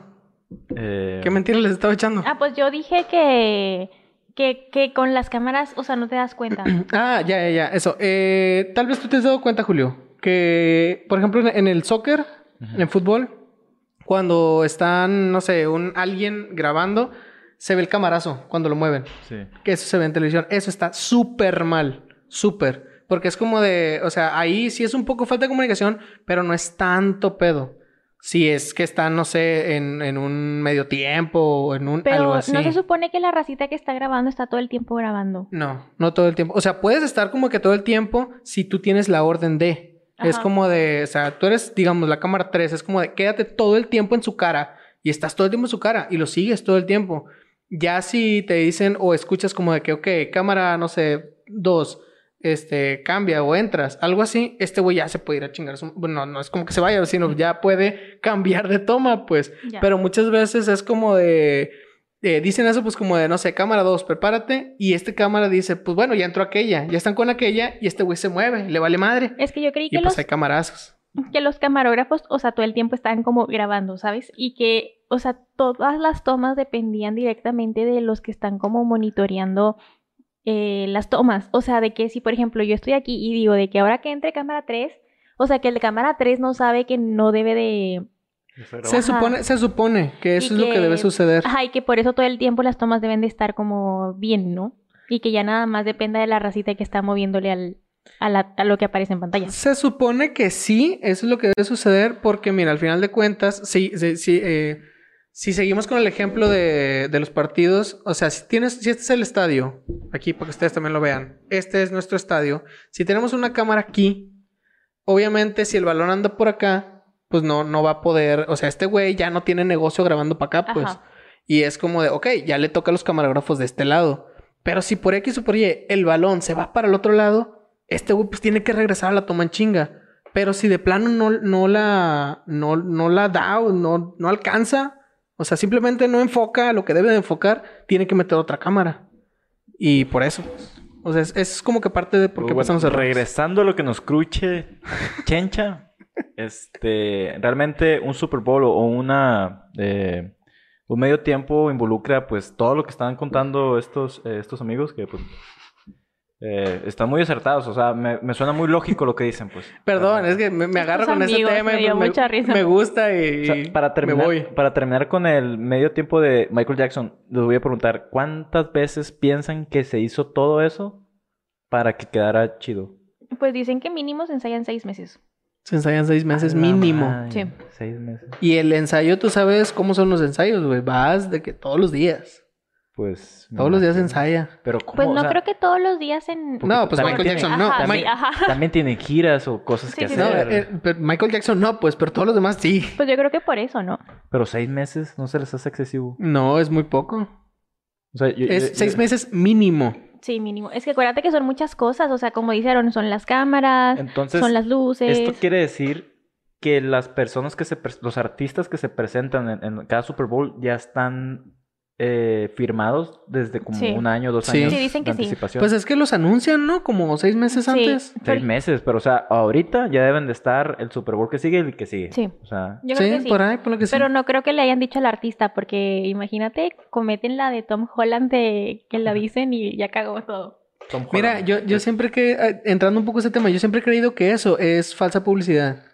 Speaker 3: Eh,
Speaker 1: ¿Qué mentira les estaba echando?
Speaker 2: Ah, pues yo dije que, que, que con las cámaras, o sea, no te das cuenta.
Speaker 1: Ah, ya, ya, ya, eso. Eh, tal vez tú te has dado cuenta, Julio, que, por ejemplo, en- en el soccer,
Speaker 3: Ujú.
Speaker 1: en el fútbol, cuando están, no sé, un alguien grabando, se ve el camarazo cuando lo mueven.
Speaker 3: Sí.
Speaker 1: que eso se ve en televisión. Eso está súper mal, súper. Porque es como de, o sea, ahí sí es un poco falta de comunicación, pero no es tanto pedo. Si es que están, no sé, en, en un medio tiempo o en un algo
Speaker 2: Pero no
Speaker 1: así.
Speaker 2: se supone que la racita que está grabando está todo el tiempo grabando.
Speaker 1: No, no todo el tiempo. O sea, puedes estar como que todo el tiempo si tú tienes la orden de. Es
Speaker 2: Ajá.
Speaker 1: como de, o sea, tú eres, digamos, la cámara 3, es como de quédate todo el tiempo en su cara y estás todo el tiempo en su cara y lo sigues todo el tiempo. Ya si te dicen o escuchas como de que, ok, cámara, no sé, 2, este, cambia o entras, algo así, este güey ya se puede ir a chingar. su- Bueno, no es como que se vaya, sino ya puede cambiar de toma, pues.
Speaker 2: Ya.
Speaker 1: Pero muchas veces es como de. eh, dicen eso, pues como de, no sé, cámara 2, prepárate. Y este cámara dice, pues bueno, ya entró aquella, ya están con aquella y este güey se mueve, le vale madre.
Speaker 2: es que yo creí
Speaker 1: Y
Speaker 2: que
Speaker 1: pues
Speaker 2: los
Speaker 1: hay camarazos.
Speaker 2: que los camarógrafos, o sea, todo el tiempo estaban como grabando, ¿sabes? Y que, o sea, todas las tomas dependían directamente de los que están como monitoreando eh, las tomas. O sea, de que si, por ejemplo, yo estoy aquí y digo de que ahora que entre cámara 3, o sea, que el de cámara 3 no sabe que no debe de...
Speaker 1: Se
Speaker 2: Ajá.
Speaker 1: supone, se supone que eso
Speaker 2: Y
Speaker 1: es lo que
Speaker 2: que-
Speaker 1: debe suceder.
Speaker 2: Ajá, y que por eso todo el tiempo las tomas deben de estar como bien, ¿no? Y que ya nada más dependa de la racita que está moviéndole al, a, la- a lo que aparece en pantalla.
Speaker 1: Se supone que sí, eso es lo que debe suceder, porque mira, al final de cuentas, si, si, si, eh, si seguimos con el ejemplo de, de los partidos, o sea, si tienes, si este es el estadio, aquí para que ustedes también lo vean, este es nuestro estadio. Si tenemos una cámara aquí, obviamente si el balón anda por acá, pues no, no va a poder, o sea, este güey ya no tiene negocio grabando para acá, pues.
Speaker 2: Ajá.
Speaker 1: Y es como de, ok, ya le toca a los camarógrafos de este lado. Pero si por X o por Y el balón se va para el otro lado, este güey pues tiene que regresar a la toma en chinga. Pero si de plano no, no la, no, no la da o no, no alcanza, o sea, simplemente no enfoca lo que debe de enfocar, tiene que meter otra cámara. Y por eso, pues, o sea, es, es como que parte de por qué
Speaker 3: Pues Bueno,
Speaker 1: pasamos el
Speaker 3: Regresando a lo que nos cruche, chencha. este, realmente un Super Bowl o una eh, un medio tiempo involucra pues todo lo que están contando estos, eh, estos amigos que pues eh, están muy acertados. O sea, me, me suena muy lógico lo que dicen, pues.
Speaker 1: Perdón,
Speaker 3: Realmente.
Speaker 1: es que me, me agarro
Speaker 2: Estos
Speaker 1: con ese
Speaker 2: amigos,
Speaker 1: tema
Speaker 2: me
Speaker 1: y
Speaker 2: dio
Speaker 1: me,
Speaker 2: mucha risa.
Speaker 1: me gusta y,
Speaker 3: O sea, para
Speaker 1: me
Speaker 3: terminar,
Speaker 1: voy.
Speaker 3: para terminar con el medio tiempo de Michael Jackson, les voy a preguntar, ¿cuántas veces piensan que se hizo todo eso para que quedara chido?
Speaker 2: Pues dicen que mínimo se ensayan seis meses.
Speaker 1: Se ensayan seis meses
Speaker 3: A la
Speaker 1: mínimo.
Speaker 3: madre,
Speaker 2: Sí.
Speaker 3: Seis meses.
Speaker 1: Y el ensayo, tú sabes cómo son los ensayos, güey. Vas de que todos los días.
Speaker 3: Pues. me
Speaker 1: Todos los días se
Speaker 3: imagino.
Speaker 1: ensaya.
Speaker 3: Pero ¿cómo?
Speaker 2: Pues
Speaker 3: O
Speaker 2: no
Speaker 3: sea,
Speaker 2: creo que todos los días en...
Speaker 3: Porque
Speaker 1: No, pues
Speaker 3: también
Speaker 1: Michael
Speaker 3: tiene-
Speaker 1: Jackson no.
Speaker 2: Ajá,
Speaker 1: Mi-
Speaker 2: sí, ajá.
Speaker 3: También tienen giras o cosas
Speaker 2: Sí,
Speaker 3: que
Speaker 2: sí,
Speaker 1: no,
Speaker 3: hacer.
Speaker 1: eh, pero Michael Jackson no, pues, pero todos los demás sí.
Speaker 2: Pues yo creo que por eso, ¿no?
Speaker 3: Pero seis meses no se les hace excesivo.
Speaker 1: No, es muy poco.
Speaker 3: O sea, yo-
Speaker 1: Es
Speaker 3: yo-
Speaker 1: seis
Speaker 3: yo-
Speaker 1: meses mínimo.
Speaker 2: Sí, mínimo. Es que acuérdate que son muchas cosas, o sea, como dijeron, son las cámaras,
Speaker 3: Entonces,
Speaker 2: son las luces.
Speaker 3: esto quiere decir que las personas que se. pre- Los artistas que se presentan en, en cada Super Bowl ya están eh, firmados desde como
Speaker 2: Sí.
Speaker 3: un año, dos
Speaker 1: Sí.
Speaker 3: años
Speaker 2: Sí, dicen
Speaker 3: de
Speaker 2: que sí.
Speaker 3: anticipación.
Speaker 1: Pues es que los anuncian, ¿no? Como seis meses
Speaker 2: Sí.
Speaker 1: antes.
Speaker 2: Por-
Speaker 3: Seis meses, pero o sea, ahorita ya deben de estar el Super Bowl que sigue y el que sigue.
Speaker 2: Sí.
Speaker 3: O sea,
Speaker 2: Yo
Speaker 1: sí,
Speaker 2: creo que sí.
Speaker 1: por ahí, por lo que sí.
Speaker 2: Pero no creo que le hayan dicho al artista, porque imagínate, cometen la de Tom Holland de que la dicen y ya cagó todo.
Speaker 3: Tom
Speaker 1: Mira,
Speaker 3: Holland.
Speaker 1: yo, yo siempre que, eh, entrando un poco a ese tema, yo siempre he creído que eso es falsa publicidad.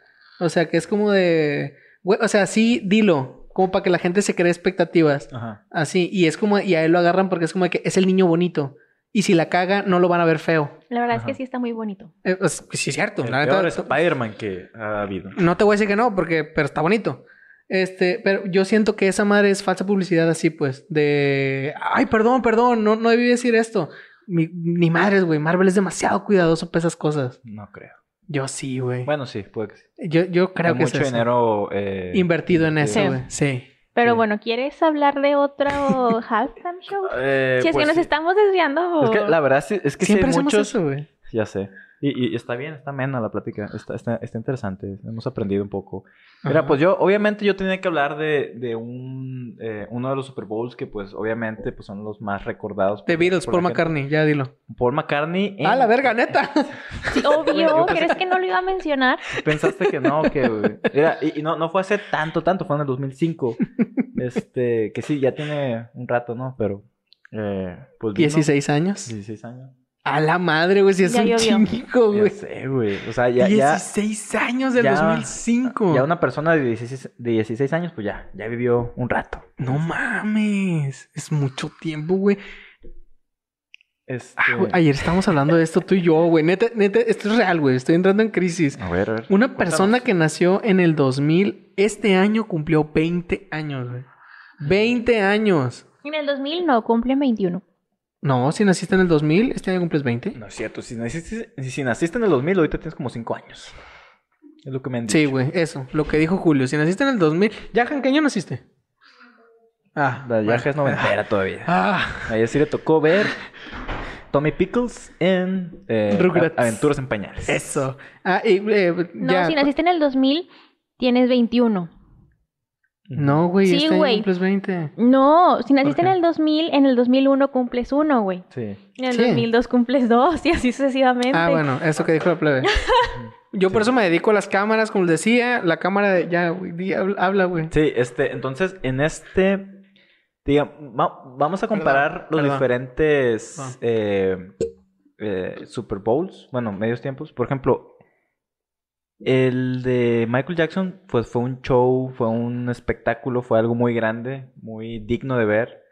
Speaker 1: O sea, que es como de, güey, o sea, sí, dilo, como para que la gente se cree expectativas.
Speaker 3: Ajá.
Speaker 1: Así, y es como, y a él lo agarran porque es como de que es el niño bonito. Y si la caga, no lo van a ver feo.
Speaker 2: La verdad
Speaker 3: Ajá.
Speaker 2: es que sí está muy bonito.
Speaker 1: Eh, o sea, sí, es cierto.
Speaker 3: El
Speaker 1: la neta,
Speaker 3: peor Spider-Man que ha habido.
Speaker 1: no te voy a decir que no, porque, pero está bonito. Este, pero yo siento que esa madre es falsa publicidad así, pues, de, ay, perdón, perdón, no, no debí decir esto. Mi, ni madres, güey, Marvel es demasiado cuidadoso para esas cosas.
Speaker 3: No creo.
Speaker 1: Yo sí, güey.
Speaker 3: Bueno, sí, puede que sí.
Speaker 1: yo, yo creo
Speaker 3: Hay
Speaker 1: que es
Speaker 3: mucho
Speaker 1: eso.
Speaker 3: dinero eh,
Speaker 1: invertido en eso,
Speaker 2: Sí.
Speaker 1: güey. Sí.
Speaker 2: Pero
Speaker 3: Sí.
Speaker 2: bueno, ¿quieres hablar de otro halftime show?
Speaker 3: eh,
Speaker 2: si es
Speaker 3: pues
Speaker 2: que nos
Speaker 3: sí.
Speaker 2: estamos desviando.
Speaker 3: Es que la verdad sí- es que sí
Speaker 1: Siempre
Speaker 3: hay
Speaker 1: hacemos
Speaker 3: muchos.
Speaker 1: eso, güey.
Speaker 3: Ya sé. Y, y está bien, está amena la plática. Está, está, está interesante. Hemos aprendido un poco. Mira,
Speaker 1: Ajá.
Speaker 3: pues yo, obviamente, yo tenía que hablar de, de un, eh, uno de los Super Bowls que, pues, obviamente, pues, son los más recordados.
Speaker 1: The
Speaker 3: por-
Speaker 1: Beatles,
Speaker 3: por
Speaker 1: Paul
Speaker 3: la gente. eh,
Speaker 1: McCartney, ya dilo.
Speaker 3: Paul McCartney. ¿eh? en-
Speaker 1: Ah, la verga, neta.
Speaker 2: Sí, Obvio,
Speaker 3: Yo
Speaker 2: ¿crees que no lo iba a mencionar?
Speaker 3: Pensaste que no, que... Era, y y no, no fue hace tanto, tanto, fue en el 2005. Este, que sí, ya tiene un rato, ¿no? Pero, eh, pues... vino.
Speaker 1: 16 años.
Speaker 3: 16 años.
Speaker 1: A la madre, güey, si es
Speaker 2: Ya
Speaker 1: un
Speaker 2: llovió.
Speaker 1: chingo,
Speaker 3: Ya
Speaker 1: güey.
Speaker 3: sé, güey. O sea, ya... ya
Speaker 1: 16 años del
Speaker 3: ya-
Speaker 1: 2005.
Speaker 3: ya una persona de 16, de 16 años, pues ya, ya vivió un rato.
Speaker 1: No mames, es mucho tiempo, güey.
Speaker 3: Este...
Speaker 1: Ah, güey, Ayer estábamos hablando de esto tú y yo, güey. Neta, neta, esto es real, güey. Estoy entrando en crisis.
Speaker 3: A ver, a ver.
Speaker 1: Una persona
Speaker 3: Cuéntanos.
Speaker 1: que nació en el 2000, este año cumplió 20 años, güey. 20 años.
Speaker 2: En el 2000 no, cumplen 21.
Speaker 1: No, si naciste en el 2000, este año cumples 20.
Speaker 3: No es cierto, si naciste, si naciste en el 2000, ahorita tienes como 5 años. Es lo que me han dicho.
Speaker 1: Sí, güey, eso, lo que dijo Julio. Si naciste en el 2000, ¿ya en qué año naciste? Ah,
Speaker 3: La
Speaker 1: bueno.
Speaker 3: viaje es noventera todavía.
Speaker 1: Ah,
Speaker 3: Ayer sí le tocó ver Tommy Pickles en eh,
Speaker 1: Rugrats.
Speaker 3: A- Aventuras en Pañales.
Speaker 1: eso. Ah, y, eh,
Speaker 2: No,
Speaker 1: ya.
Speaker 2: si naciste en el 2000, tienes 21.
Speaker 1: No, güey,
Speaker 2: Sí,
Speaker 1: este
Speaker 2: güey.
Speaker 1: año cumples 20.
Speaker 2: No, si naciste en
Speaker 1: qué?
Speaker 2: el 2000, en el 2001 cumples 1, güey.
Speaker 3: Sí.
Speaker 2: En el
Speaker 1: Sí.
Speaker 2: 2002 cumples 2 y así sucesivamente.
Speaker 1: Ah, bueno, eso que dijo la plebe. Yo por eso me dedico a las cámaras, como les decía, la cámara de... Ya, güey, di- habla- habla, güey.
Speaker 3: Sí, este, entonces en este. diga- va- vamos a comparar
Speaker 1: Perdón, Ah.
Speaker 3: los
Speaker 1: perdón.
Speaker 3: diferentes
Speaker 1: Perdón.
Speaker 3: eh, eh, Super Bowls, bueno, medios tiempos. Por ejemplo, el de Michael Jackson pues, fue un show, fue un espectáculo, fue algo muy grande, muy digno de ver.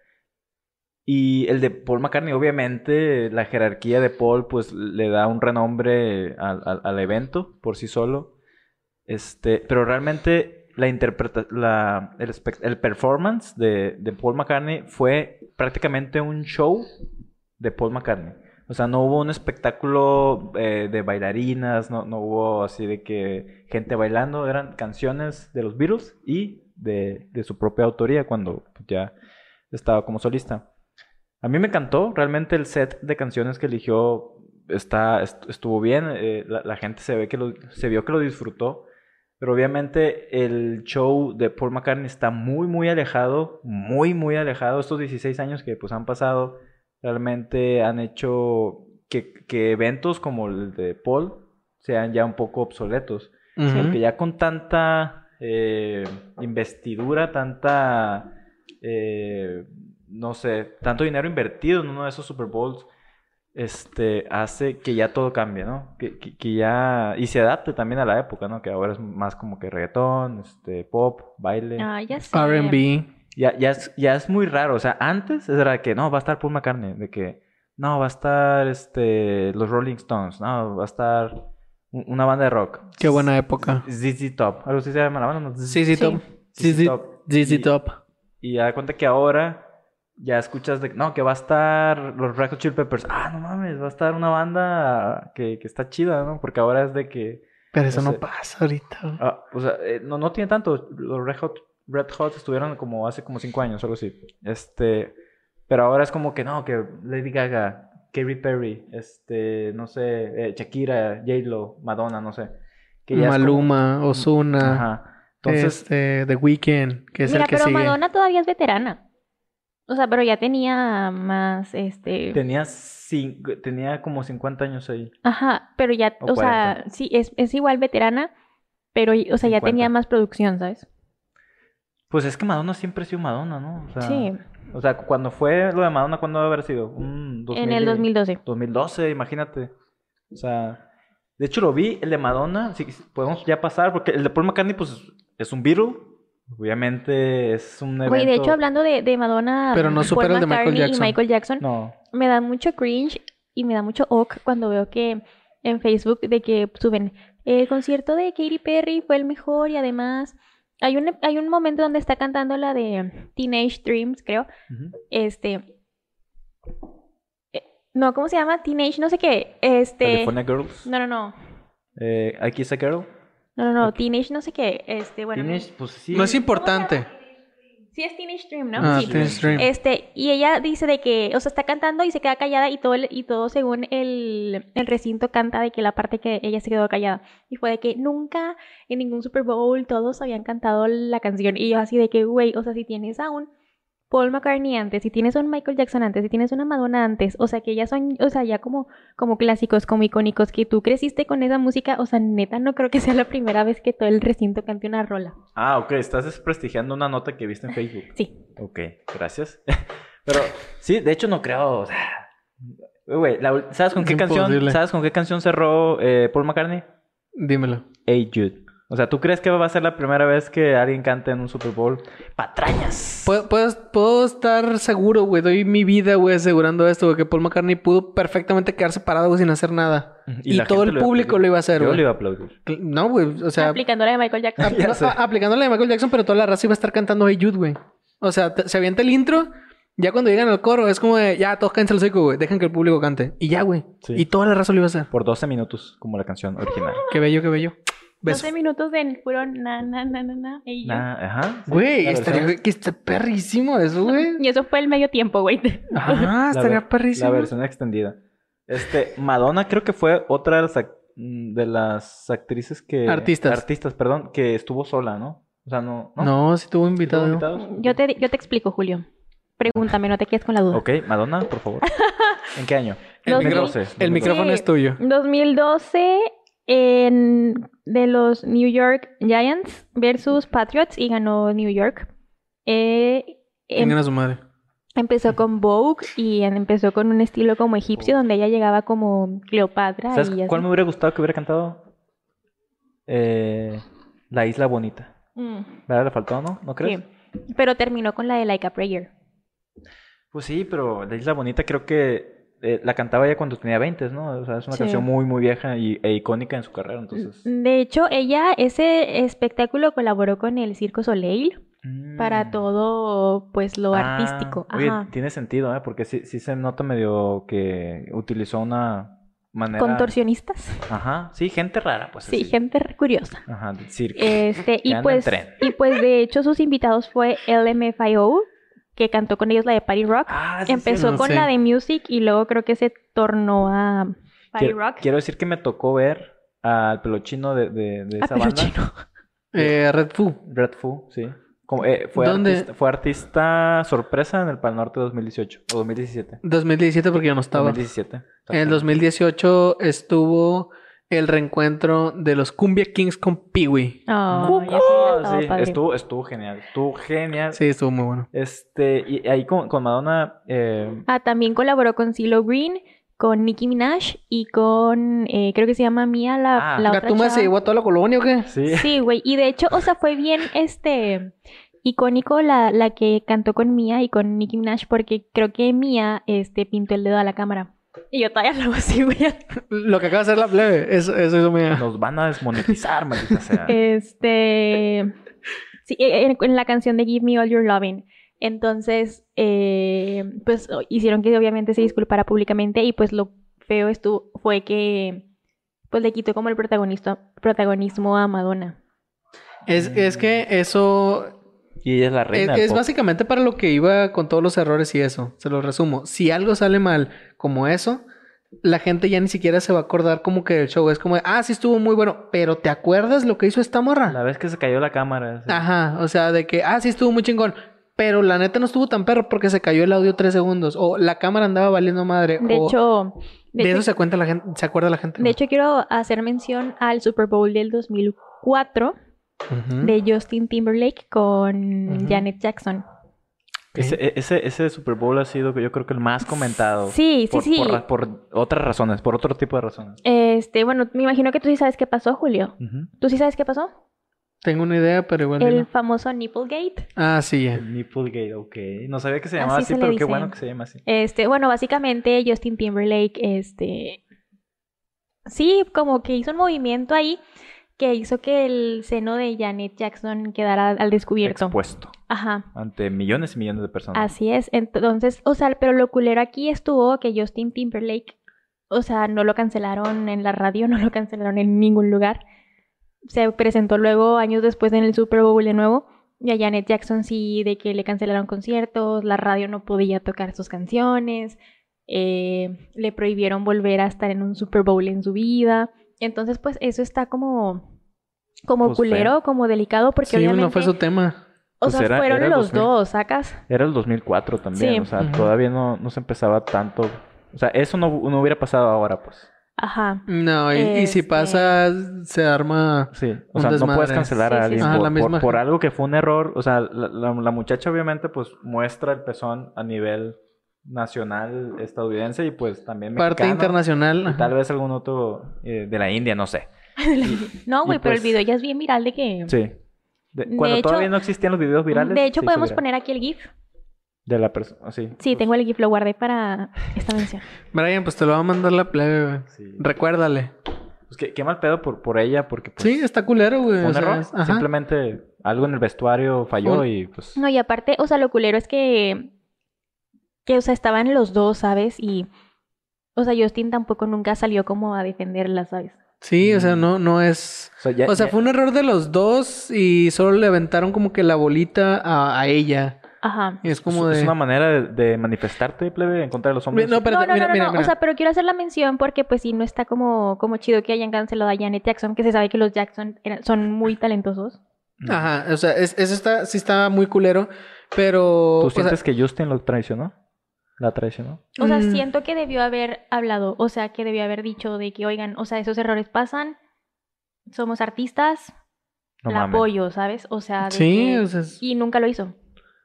Speaker 3: Y el de Paul McCartney, obviamente, la jerarquía de Paul, pues le da un renombre al, al- al evento por sí solo. Este, pero realmente la interpreta la, el, espect- el performance de, de Paul McCartney fue prácticamente un show de Paul McCartney. O sea, no hubo un espectáculo eh, de bailarinas, no, no hubo así de que gente bailando, eran canciones de los Beatles y de, de su propia autoría cuando ya estaba como solista. A mí me encantó, realmente el set de canciones que eligió está, est- estuvo bien, eh, la, la gente se, ve que lo, se vio que lo disfrutó, pero obviamente el show de Paul McCartney está muy, muy alejado, muy, muy alejado, estos 16 años que pues han pasado, realmente han hecho que, que eventos como el de Paul sean ya un poco obsoletos.
Speaker 1: Ujú.
Speaker 3: Porque ya con tanta eh, investidura, tanta, eh, no sé, tanto dinero invertido en uno de esos Super Bowls, este, hace que ya todo cambie, ¿no? Que, que- que ya, y se adapte también a la época, ¿no? Que ahora es más como que reggaetón, este, pop, baile.
Speaker 2: Ah, ya sé.
Speaker 1: R&B.
Speaker 3: Ya, ya, es, ya es muy raro. O sea, antes era que no, va a estar Paul McCartney, de que no, va a estar este, los Rolling Stones, no, va a estar un- una banda de rock.
Speaker 1: Qué buena época.
Speaker 3: ZZ Top. ¿Algo así se llama la banda? ¿no?
Speaker 1: Sí, sí,
Speaker 2: Sí.
Speaker 1: top. Sí, sí, ZZ Top.
Speaker 3: Y, y da cuenta que ahora ya escuchas de no, que va a estar los Red Hot Chili Peppers. Ah, no mames, va a estar una banda que, que está chida, ¿no? Porque ahora es de que
Speaker 1: Pero eso
Speaker 3: O
Speaker 1: no
Speaker 3: sea-
Speaker 1: pasa ahorita, güey.
Speaker 3: Ah, o sea, eh, no, no tiene tanto. Los Red Hot, Red Hot estuvieron como hace como cinco años, algo así. Este, pero ahora es como que no, que Lady Gaga, Katy Perry, este, no sé, eh, Shakira, J-Lo, Madonna, no sé. Que ya es como-
Speaker 1: Maluma, Ozuna,
Speaker 3: Ajá. Entonces,
Speaker 1: este, The Weeknd, que es
Speaker 2: Mira,
Speaker 1: el que
Speaker 2: pero
Speaker 1: sigue.
Speaker 2: Madonna todavía es veterana. O sea, pero ya tenía más, este...
Speaker 3: Tenía, cinco, tenía como 50 años ahí.
Speaker 2: Ajá, pero ya,
Speaker 3: O
Speaker 2: o, sea,
Speaker 3: 40.
Speaker 2: sí, es, es igual veterana, pero, y- o sea, ya
Speaker 3: 50.
Speaker 2: tenía más producción, ¿sabes?
Speaker 3: Pues es que Madonna siempre ha sido Madonna,
Speaker 1: Ah,
Speaker 3: ¿no? O sea,
Speaker 2: sí,
Speaker 3: O sea, cuando fue lo de Madonna, ¿cuándo debe haber sido? Un 2000
Speaker 2: en el
Speaker 3: y-
Speaker 2: 2012.
Speaker 3: 2012, imagínate. O sea, de hecho lo vi, el de Madonna, si si podemos ya pasar, porque el de Paul McCartney, pues, es un virus. Obviamente es un evento...
Speaker 2: Güey, de hecho, hablando de, de Madonna,
Speaker 1: Pero no
Speaker 2: Paul
Speaker 1: supera el de Michael
Speaker 2: McCartney
Speaker 1: Jackson.
Speaker 2: y Michael Jackson,
Speaker 3: No,
Speaker 2: me da mucho cringe y me da mucho ok cuando veo que en Facebook de que suben el concierto de Katy Perry fue el mejor y además hay un, hay un momento donde está cantando la de Teenage Dreams, creo.
Speaker 3: ujú,
Speaker 2: Este. eh, No, ¿cómo se llama? Teenage, no sé qué. Este.
Speaker 3: California Girls,
Speaker 2: No, no, no.
Speaker 3: eh, I Kiss a Girl.
Speaker 2: No, no, no. Teenage, no sé qué. Este, bueno.
Speaker 3: Teenage, pues sí.
Speaker 1: No es importante.
Speaker 2: Sí, es Teenage Dream, ¿no?
Speaker 1: Ah,
Speaker 2: sí.
Speaker 1: Teenage Dream.
Speaker 2: Este, y ella dice de que, o sea, está cantando y se queda callada y todo, el- y todo según el, el recinto canta de que la parte que ella se quedó callada. Y fue de que nunca en ningún Super Bowl todos habían cantado la canción. Y yo así de que, güey, o sea, si tienes a un Paul McCartney antes, si tienes a un Michael Jackson antes, si tienes a una Madonna antes, o sea, que ya son, o sea, ya como, como clásicos, como icónicos, que tú creciste con esa música, o sea, neta, no creo que sea la primera vez que todo el recinto cante una rola.
Speaker 3: Ah, ok, estás desprestigiando una nota que viste en Facebook.
Speaker 2: Sí.
Speaker 3: Ok, gracias. Pero sí, de hecho no creo. o sea, Güey, la ul- ¿sabes con
Speaker 1: Es
Speaker 3: qué canción?
Speaker 1: imposible.
Speaker 3: ¿Sabes con qué canción cerró eh, Paul McCartney?
Speaker 1: Dímelo.
Speaker 3: Hey Jude. O sea, ¿tú crees que va a ser la primera vez que alguien cante en un Super Bowl? Patrañas.
Speaker 1: Puedo, puedo- puedo estar seguro, güey. Doy mi vida, güey, asegurando esto, güey. Que Paul McCartney pudo perfectamente quedarse parado güey, sin hacer nada. Y,
Speaker 3: la
Speaker 1: todo
Speaker 3: gente
Speaker 1: el
Speaker 3: iba a
Speaker 1: público
Speaker 3: aplaudir.
Speaker 1: lo iba a hacer,
Speaker 3: Yo
Speaker 1: güey.
Speaker 3: lo iba a aplaudir.
Speaker 1: Cl- No, güey. O sea,
Speaker 2: Aplicando la de Michael Jackson.
Speaker 1: apl-
Speaker 3: Ya sé.
Speaker 1: a- aplicándole a Michael Jackson, pero toda la raza iba a estar cantando Hey Jude, güey. O sea, te- se avienta el intro. Ya cuando llegan al coro, es como de, ya, todos cáncer el seco, güey. Dejan que el público cante. Y ya, güey.
Speaker 3: Sí.
Speaker 1: Y toda la raza lo iba a hacer.
Speaker 3: Por 12 minutos, como la canción original.
Speaker 1: Qué bello, qué bello. Beso.
Speaker 2: 12 minutos de puro na, na, na, na, na. Y, yo.
Speaker 3: Nah, ajá. sí,
Speaker 1: Güey,
Speaker 3: la
Speaker 1: estaría
Speaker 3: versión-
Speaker 1: que está perrísimo eso, güey.
Speaker 2: Y eso fue el medio tiempo, güey.
Speaker 1: Ah,
Speaker 3: la
Speaker 1: estaría
Speaker 3: ver-
Speaker 1: perrísimo.
Speaker 3: La versión extendida. Este, Madonna creo que fue otra de las, ac- mm, de las actrices que...
Speaker 1: Artistas.
Speaker 3: Artistas, perdón, que estuvo sola, ¿no? O sea, no...
Speaker 1: No, si tuvo invitado.
Speaker 3: ¿Estuvo invitados?
Speaker 2: Yo te, yo te explico, Julio. Pregúntame, no te quedes con la duda.
Speaker 3: Ok, Madonna, por favor. ¿En qué año?
Speaker 1: El,
Speaker 2: Los
Speaker 1: micro-
Speaker 2: mil-
Speaker 1: el micrófono
Speaker 2: Sí.
Speaker 1: es tuyo.
Speaker 2: 2012 en, de los New York Giants versus Patriots y ganó New York. Eh, em-
Speaker 1: Vengan a su madre.
Speaker 2: empezó con Vogue y en- empezó con un estilo como egipcio donde ella llegaba como Cleopatra.
Speaker 3: Oh. ¿Sabes
Speaker 2: y así.
Speaker 3: cuál me hubiera gustado que hubiera cantado? Eh, la Isla Bonita.
Speaker 2: Mm,
Speaker 3: ¿Verdad? Le faltó, ¿no? ¿No crees?
Speaker 2: sí. Pero terminó con la de Like a Prayer.
Speaker 3: Pues sí, pero la Isla Bonita creo que eh, la cantaba ya cuando tenía 20, ¿no? O sea, es una
Speaker 2: Sí.
Speaker 3: canción muy, muy vieja y, e icónica en su carrera, entonces...
Speaker 2: De hecho, ella, ese espectáculo colaboró con el Circo Soleil para
Speaker 3: Mm.
Speaker 2: todo, pues, lo
Speaker 3: Ah,
Speaker 2: artístico.
Speaker 3: Oye,
Speaker 2: Ajá.
Speaker 3: tiene sentido, ¿eh? Porque sí, sí se nota medio que utilizó una manera...
Speaker 2: Contorsionistas.
Speaker 3: Ajá, sí, gente rara, pues
Speaker 2: Sí,
Speaker 3: así.
Speaker 2: gente curiosa.
Speaker 3: Ajá, de circo.
Speaker 2: Este,
Speaker 3: Que
Speaker 2: y
Speaker 3: anda
Speaker 2: pues,
Speaker 3: en tren.
Speaker 2: y pues de hecho sus invitados fue LMFAO, que cantó con ellos la de Party Rock.
Speaker 3: Ah, sí, sí,
Speaker 2: Empezó
Speaker 1: no
Speaker 2: con
Speaker 1: sé.
Speaker 2: la de Music y luego creo que se tornó a Party
Speaker 3: Quiero,
Speaker 2: Rock.
Speaker 3: quiero decir que me tocó ver al pelochino de, de, de
Speaker 2: A
Speaker 3: esa
Speaker 2: Pelo
Speaker 3: banda.
Speaker 2: Ah, Chino.
Speaker 1: Eh, Red Fu.
Speaker 3: Red Fu, sí. Como, eh, fue,
Speaker 1: ¿Dónde?
Speaker 3: Artista, fue artista sorpresa en el Pal Norte 2018 o 2017.
Speaker 1: 2017 porque yo no estaba.
Speaker 3: 2017.
Speaker 1: En el 2018 estuvo el reencuentro de los Cumbia Kings con Peewee.
Speaker 2: Oh, ya sé, ya
Speaker 3: Oh,
Speaker 2: estaba
Speaker 3: sí,
Speaker 2: padre.
Speaker 3: estuvo, estuvo genial. Estuvo genial.
Speaker 1: Sí, estuvo muy bueno.
Speaker 3: Este, y ahí con, con Madonna, eh,
Speaker 2: Ah, también colaboró con CeeLo Green, con Nicki Minaj y con, eh, creo que se llama Mia, la,
Speaker 3: Ah,
Speaker 2: la otra
Speaker 1: ¿Gatuma
Speaker 2: chava.
Speaker 1: se llevó a toda la colonia o qué?
Speaker 3: sí.
Speaker 2: Sí, güey. Y de hecho, o sea, fue bien, este, icónico la, la que cantó con Mia y con Nicki Minaj porque creo que Mia, este, pintó el dedo a la cámara. Y yo todavía lo hago así, güey.
Speaker 1: Lo que acaba de hacer la plebe. Eso, eso, eso me...
Speaker 3: Nos van a desmonetizar, maldita sea.
Speaker 2: Eh, Este, sí, eh, en, en la canción de Give Me All Your Loving. Entonces, eh, pues o- hicieron que obviamente se disculpara públicamente y pues lo feo estuvo, fue que pues le quitó como el protagonista, protagonismo a Madonna.
Speaker 1: Es, es que eso...
Speaker 3: Y ella es la
Speaker 1: Es,
Speaker 3: reina.
Speaker 1: es
Speaker 3: del pop.
Speaker 1: básicamente para lo que iba con todos los errores y eso. Se lo resumo. Si algo sale mal como eso, la gente ya ni siquiera se va a acordar como que el show es como, de, ah, sí estuvo muy bueno, pero ¿te acuerdas lo que hizo esta morra?
Speaker 3: La vez que se cayó la cámara. sí.
Speaker 1: Ajá, o sea, de que, ah, sí "Ah, estuvo muy chingón, Pero la neta no estuvo tan perro porque se cayó el audio tres segundos. O la cámara andaba valiendo madre.
Speaker 2: De
Speaker 1: o
Speaker 2: hecho,
Speaker 1: Oh, de,
Speaker 2: de, hecho,
Speaker 1: eso se cuenta la gente, se acuerda la gente.
Speaker 2: de hecho, quiero hacer mención al Super Bowl del 2004
Speaker 1: Ujú.
Speaker 2: de Justin Timberlake con
Speaker 1: Ujú.
Speaker 2: Janet Jackson.
Speaker 1: Ok.
Speaker 3: Ese, e- ese, ese Super Bowl ha sido, yo creo que el más comentado.
Speaker 2: Sí, sí,
Speaker 3: por,
Speaker 2: sí.
Speaker 3: Por, ra- por otras razones, por otro tipo de razones.
Speaker 2: Este, bueno, me imagino que tú sí sabes qué pasó, Julio.
Speaker 3: Ujú.
Speaker 2: ¿Tú sí sabes qué pasó?
Speaker 1: Tengo una idea, pero igual.
Speaker 2: El
Speaker 1: no.
Speaker 2: famoso Nipplegate.
Speaker 1: Ah, sí, ya.
Speaker 3: El Nipplegate, ok. No sabía que se llamaba
Speaker 2: Así
Speaker 3: así,
Speaker 2: se le
Speaker 3: pero qué
Speaker 2: dice.
Speaker 3: bueno que se llama así.
Speaker 2: Este, bueno, básicamente Justin Timberlake, este, sí, como que hizo un movimiento ahí que hizo que el seno de Janet Jackson quedara al descubierto.
Speaker 3: Expuesto
Speaker 2: Ajá.
Speaker 3: ante millones y millones de personas.
Speaker 2: Así es. Entonces, o sea, pero lo culero aquí estuvo que Justin Timberlake, o sea, no lo cancelaron en la radio, no lo cancelaron en ningún lugar. Se presentó luego años después en el Super Bowl de nuevo. Y a Janet Jackson sí, de que le cancelaron conciertos, la radio no podía tocar sus canciones, eh, le prohibieron volver a estar en un Super Bowl en su vida. Entonces, pues eso está como, como
Speaker 3: Pues,
Speaker 2: culero,
Speaker 3: feo.
Speaker 2: como delicado, porque
Speaker 1: Sí,
Speaker 2: obviamente,
Speaker 1: no fue su tema.
Speaker 2: o
Speaker 3: Pues
Speaker 2: sea,
Speaker 3: era-
Speaker 2: fueron
Speaker 3: era el
Speaker 2: los
Speaker 3: 2000.
Speaker 2: dos, sacas.
Speaker 3: Era el 2004 también,
Speaker 2: Sí.
Speaker 3: o sea,
Speaker 1: Ujú.
Speaker 3: todavía no, no se empezaba tanto. O sea, eso no, no hubiera pasado ahora, pues.
Speaker 2: Ajá.
Speaker 1: No, y, y si
Speaker 2: Este-
Speaker 1: pasa, se arma.
Speaker 3: Sí, o
Speaker 1: Un
Speaker 3: sea, no
Speaker 1: desmadre.
Speaker 3: puedes cancelar
Speaker 2: Sí,
Speaker 3: a
Speaker 2: sí,
Speaker 3: alguien
Speaker 2: sí.
Speaker 1: Ajá,
Speaker 3: por,
Speaker 1: la misma
Speaker 3: por- por
Speaker 1: gente.
Speaker 3: algo que fue un error. O sea, la, la- la muchacha obviamente pues muestra el pezón a nivel nacional estadounidense y pues también
Speaker 1: Parte
Speaker 3: mexicano,
Speaker 1: internacional.
Speaker 3: y tal vez algún otro eh, de la India, no sé.
Speaker 2: No, güey,
Speaker 3: Y
Speaker 2: pero el
Speaker 3: pues-
Speaker 2: video ya es bien viral de que...
Speaker 3: Sí. De-
Speaker 2: De
Speaker 3: cuando
Speaker 2: hecho-
Speaker 3: todavía no existían los videos virales.
Speaker 2: de hecho,
Speaker 3: se hizo
Speaker 2: podemos
Speaker 3: viral.
Speaker 2: poner aquí el GIF.
Speaker 3: De la persona, sí.
Speaker 2: Sí, tengo el GIF, lo guardé para esta mención.
Speaker 1: Brian, pues te lo va a mandar la plebe, güey.
Speaker 3: Sí.
Speaker 1: Recuérdale.
Speaker 3: Pues, qué, qué mal pedo por, por ella, porque pues,
Speaker 1: Sí, está culero, güey.
Speaker 3: fue un
Speaker 1: o sea,
Speaker 3: error.
Speaker 1: es- ajá.
Speaker 3: Simplemente algo en el vestuario falló
Speaker 1: Un-
Speaker 3: y pues...
Speaker 2: No, y aparte, o sea, lo culero es que... Que, o sea, estaban los dos, ¿sabes? Y... O sea, Justin tampoco nunca salió como a defenderla, ¿sabes?
Speaker 1: Sí, o sea,
Speaker 3: Mm.
Speaker 1: no, no es.
Speaker 3: sea, ya-
Speaker 1: O sea,
Speaker 3: ya-
Speaker 1: fue un error de los dos y solo le aventaron como que la bolita a, a ella.
Speaker 2: Ajá.
Speaker 1: Y es como
Speaker 3: Pues, es,
Speaker 1: de.
Speaker 3: es una manera de, de manifestarte, plebe, en contra de los hombres.
Speaker 1: No, espérate,
Speaker 2: no, no,
Speaker 1: mira,
Speaker 2: no, no,
Speaker 1: mira,
Speaker 2: no.
Speaker 1: mira.
Speaker 2: O sea, pero quiero hacer la mención porque pues sí, no está como, como chido que hayan cancelado a Janet Jackson, que se sabe que los Jackson eran- son muy talentosos.
Speaker 3: Ujú.
Speaker 1: Ajá, o sea, es- eso está, sí está muy culero, pero.
Speaker 3: ¿Tú
Speaker 1: o sea,
Speaker 3: sientes que Justin lo traicionó? ¿La traicionó?
Speaker 2: O sea,
Speaker 1: Mm.
Speaker 2: siento que debió haber hablado, o sea, que debió haber dicho de que, oigan, o sea, esos errores pasan, somos artistas,
Speaker 3: No
Speaker 2: la
Speaker 3: mames.
Speaker 2: apoyo, ¿sabes? O sea, Ah, de
Speaker 1: sí,
Speaker 2: que-
Speaker 1: o sea. es-
Speaker 2: y nunca lo hizo.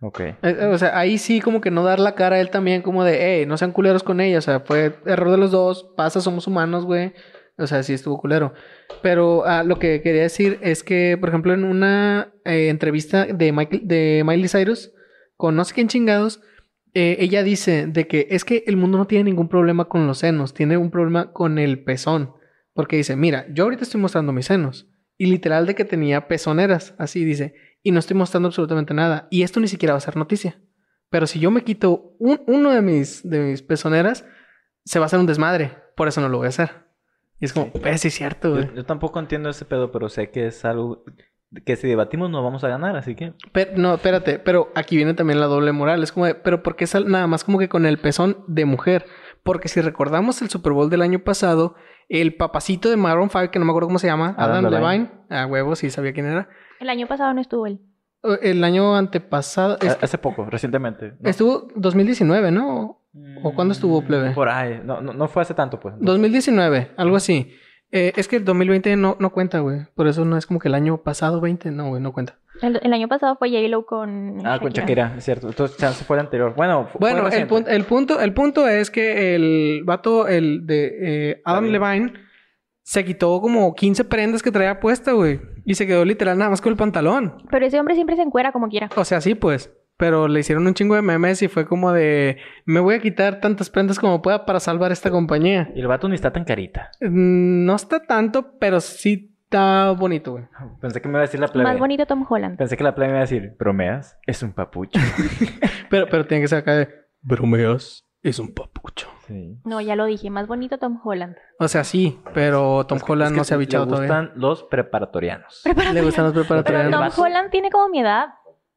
Speaker 3: Ok.
Speaker 1: eh, O sea, ahí sí como que no dar la cara a él también como de, hey, no sean culeros con ella, o sea, fue error de los dos, pasa, somos humanos, güey. O sea, sí estuvo culero. Pero ah, lo que quería decir es que, por ejemplo, en una eh, entrevista de, Michael- de Miley Cyrus con no sé quién chingados, eh, ella dice de que es que el mundo no tiene ningún problema con los senos, tiene un problema con el pezón. Porque dice, mira, yo ahorita estoy mostrando mis senos. Y literal de que tenía pezoneras, así dice. Y no estoy mostrando absolutamente nada. Y esto ni siquiera va a ser noticia. Pero si yo me quito un- uno de mis, de mis pezoneras, se va a hacer un desmadre. Por eso no lo voy a hacer. Y es como, pues sí es cierto, güey.
Speaker 3: Yo, yo tampoco entiendo ese pedo, pero sé que es algo que si debatimos no vamos a ganar, así que...
Speaker 1: Pero- no, espérate, pero aquí viene también la doble moral. Es como, de, pero ¿por qué sal nada más como que con el pezón de mujer? Porque si recordamos el Super Bowl del año pasado, el papacito de Maroon 5, que no me acuerdo cómo se llama, Adam,
Speaker 3: Adam
Speaker 1: Levine,
Speaker 3: Levine.
Speaker 1: a huevo, sí sabía quién era.
Speaker 2: El año pasado no estuvo él.
Speaker 1: Eh, El año antepasado, es-
Speaker 3: a- Hace poco, recientemente. Ah, ¿no?
Speaker 1: estuvo 2019, ¿no?
Speaker 2: Mm.
Speaker 1: o cuándo estuvo, plebe?
Speaker 3: Por ahí. No, no, no fue hace tanto, pues.
Speaker 1: 2019, algo así. Eh, es que el 2020 no, no cuenta, güey. Por eso no es como que el año pasado 20, no, güey, no cuenta.
Speaker 2: El, el año pasado fue J-Lo con.
Speaker 3: Ah, con Shakira, es cierto. Entonces, chance fue el anterior. Bueno, fu-
Speaker 1: Bueno,
Speaker 3: fue
Speaker 1: el, pun- el punto, el punto es que el vato, el de eh, Adam
Speaker 3: Está
Speaker 1: Levine, se quitó como 15 prendas que traía puesta, güey. Y se quedó literal nada más con el pantalón.
Speaker 2: Pero ese hombre siempre se encuera como quiera.
Speaker 1: O sea, sí, pues. Pero le hicieron un chingo de memes y fue como de... Me voy a quitar tantas prendas como pueda para salvar esta compañía.
Speaker 3: Y el vato ni está tan carita.
Speaker 1: Mm, No está tanto, pero sí está bonito, güey.
Speaker 3: Pensé que me iba a decir la plebe.
Speaker 2: Más bonito Tom Holland.
Speaker 3: Pensé que la plebe me iba a decir, bromeas, es un papucho.
Speaker 1: Pero, pero tiene que ser acá de... Bromeas es un papucho.
Speaker 3: sí.
Speaker 2: No, ya lo dije, más bonito Tom Holland.
Speaker 1: O sea, sí, pero Tom
Speaker 3: Es que-
Speaker 1: Holland
Speaker 3: es que
Speaker 1: no se ha
Speaker 3: le
Speaker 1: bichado todavía.
Speaker 3: gustan los preparatorianos.
Speaker 1: Le gustan los
Speaker 2: Pero
Speaker 1: preparatorios.
Speaker 2: Tom
Speaker 3: vaso.
Speaker 2: Holland tiene como mi edad.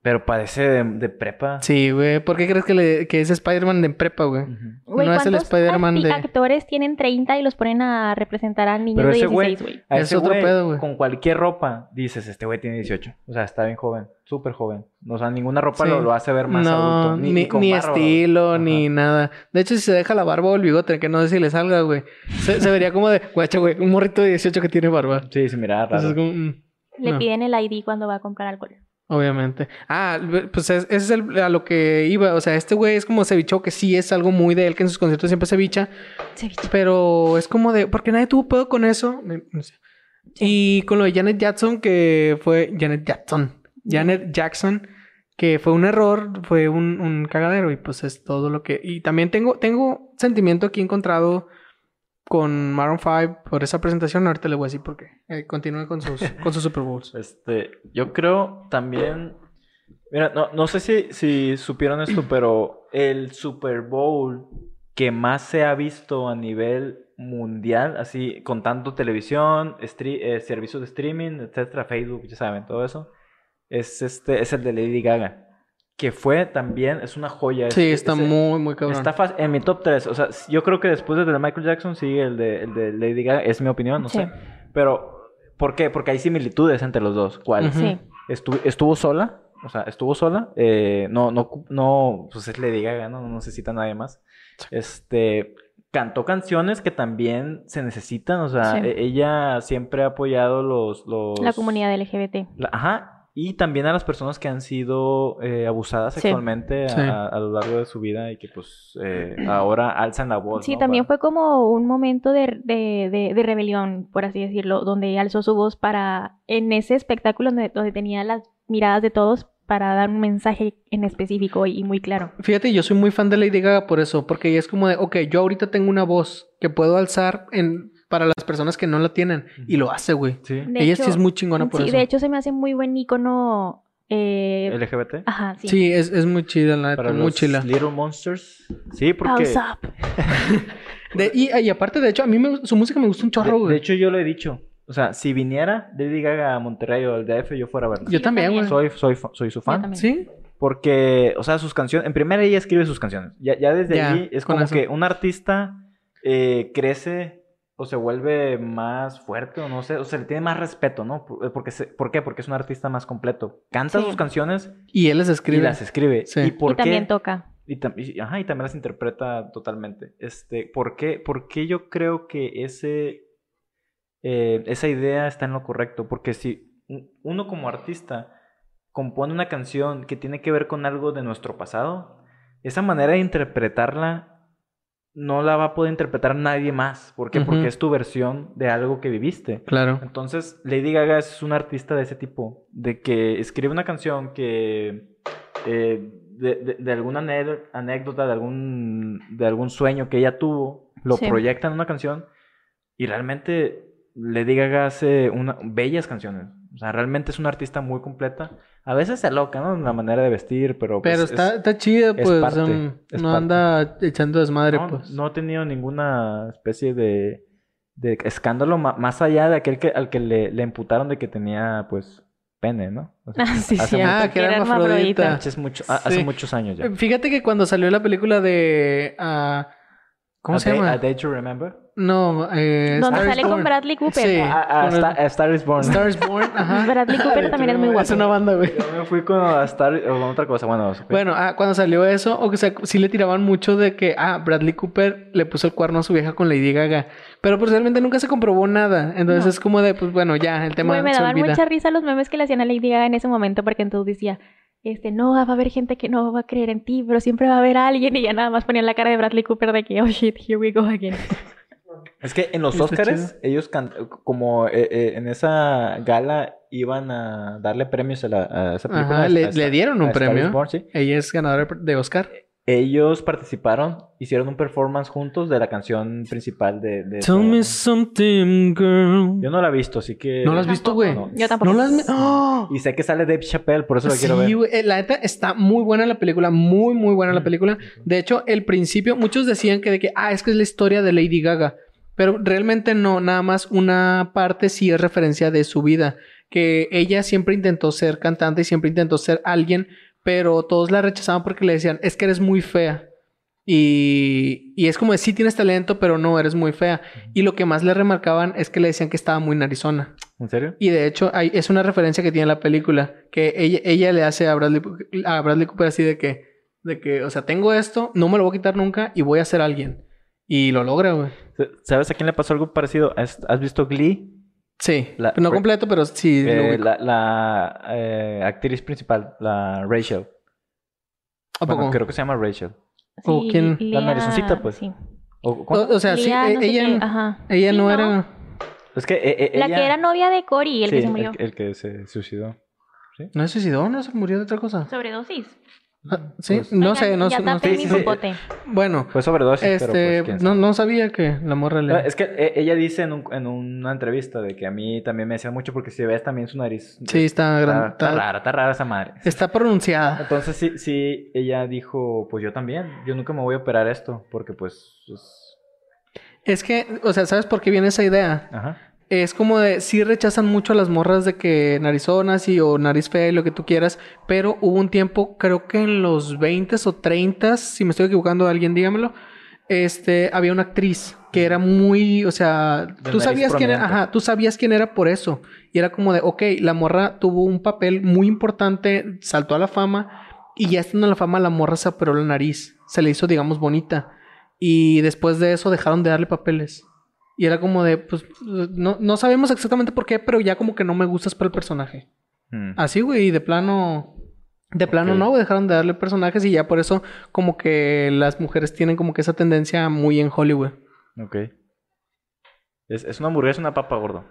Speaker 3: Pero parece de, de prepa.
Speaker 1: Sí, güey. ¿Por qué crees que, le- que es Spider-Man de prepa, güey?
Speaker 3: Ujú.
Speaker 2: Güey, Güey,
Speaker 1: No es el
Speaker 2: ¿cuántos
Speaker 1: Spider-Man
Speaker 2: acti-
Speaker 1: de-
Speaker 2: actores tienen 30 y los ponen a representar a niños
Speaker 3: Pero
Speaker 2: de
Speaker 3: ese güey,
Speaker 2: 16, güey?
Speaker 3: a
Speaker 1: Es
Speaker 3: ese
Speaker 1: otro
Speaker 3: güey,
Speaker 1: pedo, güey.
Speaker 3: con cualquier ropa, dices, este güey tiene 18. O sea, está bien joven, súper joven. O sea, ninguna ropa
Speaker 1: Sí.
Speaker 3: lo, lo hace ver más adulto.
Speaker 1: ni,
Speaker 3: con
Speaker 1: ni
Speaker 3: barba, güey.
Speaker 1: estilo,
Speaker 3: Ajá.
Speaker 1: ni nada. De hecho, si se deja la barba o el bigote, que no sé si le salga, güey. Se, se vería como de, guacha, güey, un morrito de 18 que tiene barba.
Speaker 3: Sí, sí, mira, raro.
Speaker 1: Entonces, como, mm,
Speaker 2: Le
Speaker 1: no.
Speaker 2: piden el ID cuando va a comprar alcohol.
Speaker 1: obviamente. Ah, pues es- ese es el- a lo que iba. O sea, este güey es como cevichó, que sí es algo muy de él, que en sus conciertos siempre se bicha.
Speaker 2: Ceviche.
Speaker 1: Pero es como de, porque nadie tuvo pedo con eso. Me- no sé. Y con lo de Janet Jackson, que fue Janet Jackson. Janet Jackson, que fue un error, fue un, un cagadero y pues es todo lo que... Y también tengo, tengo sentimiento aquí encontrado con Maroon 5 por esa presentación. Ahorita le voy a decir por qué. Eh, continúe con sus, con sus Super Bowls.
Speaker 3: Este, yo creo también. Mira, no, no sé si, si supieron esto, pero el Super Bowl que más se ha visto a nivel mundial, así contando televisión, stre- eh, servicios de streaming, etcétera, Facebook, ya saben, todo eso, es este, es el de Lady Gaga. Que fue también, es una joya.
Speaker 1: Sí,
Speaker 3: es-
Speaker 1: está
Speaker 3: ese-
Speaker 1: muy, muy cabrón.
Speaker 3: Está fácil- en mi top 3. O sea, s- yo creo que después del de Michael Jackson, sí, el de, el de Lady Gaga, es mi opinión, no
Speaker 2: Sí.
Speaker 3: sé. Pero, ¿por qué? Porque hay similitudes entre los dos. ¿Cuál?
Speaker 1: Ujú.
Speaker 2: Sí.
Speaker 3: Estu- estuvo sola, o sea, estuvo sola. eh, no, no, cu- no, pues es Lady Gaga, no, no necesita a nadie más. Este, cantó canciones que también se necesitan, o sea,
Speaker 2: Sí.
Speaker 3: e- ella siempre ha apoyado los, los...
Speaker 2: La comunidad LGBT.
Speaker 3: La- ajá. Y también a las personas que han sido eh, abusadas
Speaker 2: Sí.
Speaker 3: sexualmente a,
Speaker 1: Sí.
Speaker 3: a- a lo largo de su vida y que pues eh, ahora alzan la voz.
Speaker 2: Sí,
Speaker 3: pues, ¿no?
Speaker 2: también
Speaker 3: Para-
Speaker 2: fue como un momento de, de- de- de rebelión, por así decirlo, donde alzó su voz para, en ese espectáculo donde, donde tenía las miradas de todos para dar un mensaje en específico y, y muy claro.
Speaker 1: Fíjate, yo soy muy fan de Lady Gaga por eso, porque ella es como de, ok, yo ahorita tengo una voz que puedo alzar en, para las personas que no la tienen. Y lo hace, güey.
Speaker 3: Sí.
Speaker 2: De
Speaker 1: ella sí
Speaker 2: hecho-
Speaker 1: es muy chingona por
Speaker 2: sí,
Speaker 1: eso.
Speaker 2: de hecho se me hace muy buen ícono. eh,
Speaker 3: LGBT.
Speaker 2: Ajá, sí.
Speaker 1: sí, es, es muy chida, la neta,
Speaker 3: Para
Speaker 1: muy
Speaker 3: los
Speaker 1: chila.
Speaker 3: Little Monsters. Sí, porque...
Speaker 2: Pause up.
Speaker 1: De- y, y aparte, de hecho, a mí me- su música me gusta un
Speaker 3: De,
Speaker 1: chorro,
Speaker 3: de
Speaker 1: güey.
Speaker 3: hecho, yo lo he dicho. O sea, si viniera Lady Gaga a Monterrey o al DF, yo fuera a verla.
Speaker 1: Yo también, güey.
Speaker 3: Soy, soy, fa- soy su fan.
Speaker 2: también.
Speaker 1: Sí,
Speaker 3: Porque, o sea, sus canciones. En primera, ella escribe sus canciones. Ya, ya desde
Speaker 1: Ya,
Speaker 3: ahí es
Speaker 1: con
Speaker 3: como
Speaker 1: eso.
Speaker 3: que un artista eh, crece o se vuelve más fuerte o no sé. O se le tiene más respeto, ¿no? Por- eh, Porque se- ¿Por qué? Porque es un artista más completo. Canta
Speaker 2: Sí.
Speaker 3: sus canciones
Speaker 1: y él les
Speaker 3: y
Speaker 1: escribe.
Speaker 3: las escribe.
Speaker 1: Sí.
Speaker 3: ¿Y por
Speaker 2: Y también
Speaker 3: qué?
Speaker 2: toca.
Speaker 3: Y, tam- y- ajá, y también las interpreta totalmente. Este, ¿por qué, por qué yo creo que ese, eh, esa idea está en lo correcto? Porque si u- uno como artista compone una canción que tiene que ver con algo de nuestro pasado, esa manera de interpretarla no la va a poder interpretar nadie más. ¿Por qué? Porque
Speaker 1: Ujú.
Speaker 3: es tu versión de algo que viviste.
Speaker 1: Claro.
Speaker 3: Entonces, Lady Gaga es una artista de ese tipo, de que escribe una canción que eh, de, de- de alguna ane- anécdota, de algún, de algún sueño que ella tuvo, lo
Speaker 2: Sí.
Speaker 3: proyecta en una canción y realmente Lady Gaga hace una, bellas canciones. O sea, realmente es una artista muy completa. A veces se loca, ¿no? En la manera de vestir, pero... pues,
Speaker 1: Pero
Speaker 3: es-
Speaker 1: está, está chida,
Speaker 3: es
Speaker 1: pues. o
Speaker 3: parte,
Speaker 1: sea,
Speaker 3: es
Speaker 1: no
Speaker 3: parte.
Speaker 1: anda echando desmadre,
Speaker 3: no,
Speaker 1: pues.
Speaker 3: no ha tenido ninguna especie de, de escándalo ma- más allá de aquel que, al que le, le imputaron de que tenía, pues, pene, ¿no? O sea,
Speaker 2: Ah, sí,
Speaker 3: hace
Speaker 2: cierto,
Speaker 1: Ah, que era hermafrodita.
Speaker 2: hermafrodita.
Speaker 3: muchos- mucho- a- hace
Speaker 1: Sí.
Speaker 3: muchos años ya.
Speaker 1: Eh, Fíjate que cuando salió la película de. ah, ¿Cómo
Speaker 3: A
Speaker 1: se
Speaker 3: Day-
Speaker 1: llama?
Speaker 3: A Day to Remember.
Speaker 1: No, eh.
Speaker 2: Donde
Speaker 1: Star is
Speaker 2: sale con
Speaker 1: Born.
Speaker 2: Bradley Cooper.
Speaker 1: Sí.
Speaker 3: A, a- a
Speaker 1: con el-
Speaker 3: ah, Star, a Star is Born.
Speaker 1: Star is Born, ajá.
Speaker 2: Bradley Cooper también es muy guapo.
Speaker 1: Es una banda, güey.
Speaker 3: Yo me fui con a Star o con otra cosa. Bueno, ok.
Speaker 1: Bueno, ah, cuando salió eso, o que sea, sí le tiraban mucho de que, ah, Bradley Cooper le puso el cuerno a su vieja con Lady Gaga. Pero pues realmente nunca se comprobó nada. Entonces
Speaker 2: No.
Speaker 1: es como de, pues bueno, ya, el tema
Speaker 2: Güey, me
Speaker 1: se
Speaker 2: daban
Speaker 1: olvida.
Speaker 2: mucha risa los memes que le hacían a Lady Gaga en ese momento porque entonces decía, este, no, va a haber gente que no va a creer en ti, pero siempre va a haber alguien y ya nada más ponían la cara de Bradley Cooper de que, oh shit, here we go again.
Speaker 3: Es que en los
Speaker 1: Está
Speaker 3: Oscars, ellos, can- como eh, eh, en esa gala, iban a darle premios a, la- a esa película.
Speaker 1: Ajá,
Speaker 3: a-
Speaker 1: le- le
Speaker 3: a Star-
Speaker 1: dieron un
Speaker 3: a Star is
Speaker 1: premio.
Speaker 3: Born, sí.
Speaker 1: Ella es ganadora de Oscar.
Speaker 3: Ellos participaron, hicieron un performance juntos de la canción principal de... de
Speaker 1: Tell me
Speaker 3: ese-
Speaker 1: something, girl.
Speaker 3: Yo no la he visto, así que...
Speaker 1: ¿No la has visto, güey?
Speaker 3: No.
Speaker 2: Yo tampoco.
Speaker 1: No las... ¡Oh!
Speaker 3: Y sé que sale Dave Chappelle, por eso la quiero
Speaker 1: Sí,
Speaker 3: ver.
Speaker 1: güey. Eh, La neta está muy buena la película. Muy, muy buena la
Speaker 3: Mm.
Speaker 1: película. De hecho, el principio, muchos decían que de que, ah, es que es la historia de Lady Gaga. Pero realmente no, nada más una parte sí es referencia de su vida. Que ella siempre intentó ser cantante y siempre intentó ser alguien, pero todos la rechazaban porque le decían, es que eres muy fea. Y, y es como de, sí tienes talento, pero no, eres muy fea. Y lo que más le remarcaban es que le decían que estaba muy narizona.
Speaker 3: ¿En serio?
Speaker 1: Y de hecho, hay- es una referencia que tiene la película. Que ella, ella le hace a Bradley, a Bradley Cooper así de que, de que, o sea, tengo esto, no me lo voy a quitar nunca y voy a ser alguien. Y lo logra, güey.
Speaker 3: ¿Sabes a quién le pasó algo parecido? ¿Has has visto Glee?
Speaker 1: Sí.
Speaker 3: La-
Speaker 1: no completo, pero sí. lo
Speaker 3: Eh,
Speaker 1: ubico.
Speaker 3: la la, eh, actriz principal, la Rachel.
Speaker 1: ¿A poco?
Speaker 3: Bueno, creo que se llama Rachel.
Speaker 1: ¿O quién?
Speaker 3: La narizoncita, pues.
Speaker 2: Sí.
Speaker 3: O- ¿cómo?
Speaker 1: o, o sea, sí,
Speaker 2: Lea,
Speaker 1: e-
Speaker 2: no sé
Speaker 1: ella,
Speaker 2: qué, ajá.
Speaker 1: ella
Speaker 2: Sí,
Speaker 1: no era.
Speaker 3: Es que eh, eh,
Speaker 2: La
Speaker 3: ella-
Speaker 2: que era novia de Cory, el
Speaker 3: Sí,
Speaker 2: que se murió.
Speaker 3: El, el que se suicidó.
Speaker 1: ¿No se suicidó? ¿No se murió de otra cosa?
Speaker 2: Sobredosis.
Speaker 1: Ah, Sí,
Speaker 3: Pues-
Speaker 1: no
Speaker 2: Oigan,
Speaker 1: sé, no
Speaker 2: ya
Speaker 1: sé. no
Speaker 2: tapé
Speaker 1: sé.
Speaker 3: sí,
Speaker 2: mi
Speaker 3: sí, sí.
Speaker 2: popote.
Speaker 1: Bueno,
Speaker 3: Fue sobredosis, pero pues,
Speaker 1: este,
Speaker 3: quién sabe.
Speaker 1: no, no sabía que la morra le.
Speaker 3: No, es que eh, ella dice en, un- en una entrevista de que a mí también me decían mucho porque si ves también su nariz.
Speaker 1: sí, está
Speaker 3: está,
Speaker 1: grande.
Speaker 3: está
Speaker 1: Está,
Speaker 3: rara, está rara esa madre.
Speaker 1: está pronunciada.
Speaker 3: Entonces sí, sí, ella dijo, pues yo también, yo nunca me voy a operar esto porque pues... es-
Speaker 1: Es que, o sea, ¿sabes por qué viene esa idea?
Speaker 3: Ajá.
Speaker 1: Es como de, sí rechazan mucho a las morras de que narizonas y o nariz fea y lo que tú quieras, pero hubo un tiempo, creo que en los 20 o 30, si me estoy equivocando, alguien dígamelo, este, había una actriz que era muy, o sea,
Speaker 3: De
Speaker 1: tú
Speaker 3: nariz
Speaker 1: sabías quién era,
Speaker 3: prominente.
Speaker 1: ajá, tú sabías quién era por eso. Y era como de, ok, la morra tuvo un papel muy importante, saltó a la fama y ya estando en la fama la morra se operó la nariz, se le hizo, digamos, bonita. Y después de eso dejaron de darle papeles. Y era como de, pues, no, no sabemos exactamente por qué, pero ya como que no me gustas para el personaje.
Speaker 3: Mm.
Speaker 1: Así, güey, y de plano. De plano
Speaker 3: Ok.
Speaker 1: no, güey, dejaron de darle personajes y ya por eso, como que las mujeres tienen como que esa tendencia muy en Hollywood.
Speaker 3: Ok. Es, es una hamburguesa, una papa gordo.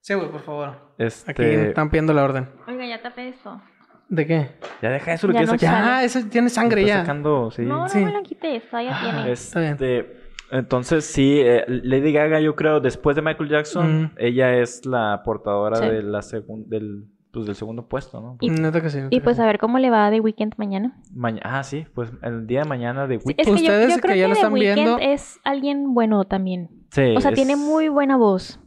Speaker 1: Sí, güey, por favor.
Speaker 3: Este...
Speaker 1: Aquí están pidiendo la orden.
Speaker 2: Oiga, ya tapé esto.
Speaker 1: ¿De qué?
Speaker 2: Pues
Speaker 3: Ya deja eso lo
Speaker 2: Ya
Speaker 3: que
Speaker 2: no
Speaker 3: es
Speaker 2: sé.
Speaker 1: Ya, eso tiene sangre ya.
Speaker 3: sacando, sí. Ah,
Speaker 2: No, no
Speaker 1: Sí.
Speaker 2: me lo quité, esto ya tiene.
Speaker 1: Ah, Está bien.
Speaker 3: Este, entonces sí, eh, Lady Gaga yo creo después de Michael Jackson,
Speaker 1: Mm.
Speaker 3: ella es la portadora
Speaker 2: Sí.
Speaker 3: de la segun- del, pues, del segundo puesto, ¿no?
Speaker 2: Y-
Speaker 1: Mm, Neta que sí, neta
Speaker 2: Y
Speaker 1: que
Speaker 2: pues
Speaker 1: sí.
Speaker 2: a ver cómo le va de Weekend mañana.
Speaker 3: Maña- ah, sí, pues el día de mañana de
Speaker 2: Sí,
Speaker 3: Week-
Speaker 2: es que yo-
Speaker 1: Ustedes
Speaker 2: yo,
Speaker 1: que
Speaker 2: creo
Speaker 1: ya
Speaker 2: que,
Speaker 1: lo
Speaker 2: The
Speaker 1: están
Speaker 2: Weeknd
Speaker 1: viendo-
Speaker 2: es alguien bueno también.
Speaker 3: Sí,
Speaker 2: O sea,
Speaker 3: es-
Speaker 2: tiene muy buena voz.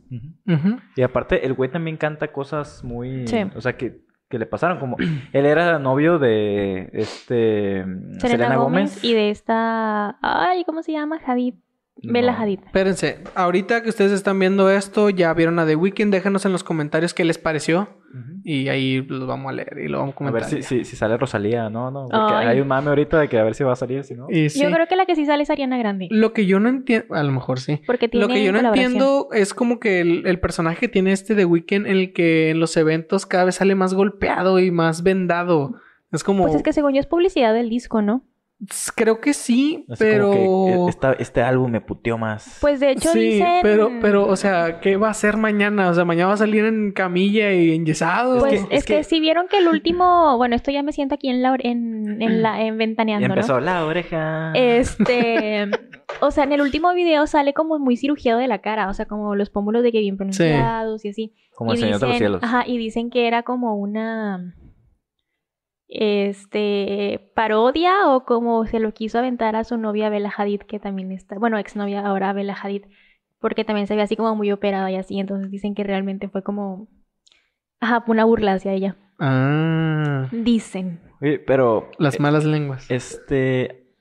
Speaker 3: Ujú.
Speaker 1: Ujú.
Speaker 3: Y aparte, el güey también canta cosas muy...
Speaker 2: Sí.
Speaker 3: O sea, que, que le pasaron como... Él era novio de este Selena,
Speaker 2: Selena, Gómez,
Speaker 3: Gómez.
Speaker 2: y de esta... Ay, ¿cómo se llama? Hadid. Bella
Speaker 3: No.
Speaker 2: Hadid.
Speaker 1: Espérense, ahorita que ustedes están viendo esto, ya vieron a The Weeknd, déjanos en los comentarios qué les pareció
Speaker 3: Ujú.
Speaker 1: y ahí los vamos a leer y lo vamos a
Speaker 3: A
Speaker 1: comentar.
Speaker 3: ver si,
Speaker 1: ya.
Speaker 3: si, si sale Rosalía, ¿no? no porque
Speaker 2: Ay.
Speaker 3: hay un mame ahorita de que a ver si va a salir, si no...
Speaker 1: Y sí.
Speaker 2: Yo creo que la que sí sale es Ariana Grande.
Speaker 1: Lo que yo no entiendo, a lo mejor sí.
Speaker 2: Porque tiene
Speaker 1: Lo que yo no
Speaker 2: colaboración.
Speaker 1: entiendo es como que el, el personaje que tiene este de Weekend, en el que en los eventos cada vez sale más golpeado y más vendado. Es como.
Speaker 2: Pues es que según yo es publicidad del disco, ¿no?
Speaker 1: Creo que sí,
Speaker 3: Así
Speaker 1: pero.
Speaker 3: como que, eh, esta- este álbum me puteó más.
Speaker 2: Pues de hecho
Speaker 1: sí,
Speaker 2: dicen...
Speaker 1: pero, pero, o sea, ¿qué va a hacer mañana? O sea, mañana va a salir en camilla y enyesado.
Speaker 2: Pues
Speaker 3: es
Speaker 2: es
Speaker 3: que-
Speaker 2: que,
Speaker 3: es que-
Speaker 2: si vieron que el último... Bueno, esto ya me siento aquí en la... or- En, en la en
Speaker 3: y
Speaker 2: ventaneando, ¿no?
Speaker 3: empezó la oreja.
Speaker 2: Este, o sea, en el último video sale como muy cirugiado de la cara, o sea, como los pómulos de que bien pronunciados y así.
Speaker 3: como el
Speaker 2: Y
Speaker 3: Señor de los
Speaker 2: dicen-
Speaker 3: Cielos.
Speaker 2: Ajá, y dicen que era como una este parodia o como se lo quiso aventar a su novia Bella Hadid, que también está, bueno, exnovia ahora Bella Hadid, porque también se ve así como muy operada y así, entonces dicen que realmente fue como ajá, una burla hacia ella.
Speaker 1: Ah,
Speaker 2: Dicen.
Speaker 3: Oye, pero eh,
Speaker 1: las malas lenguas.
Speaker 3: este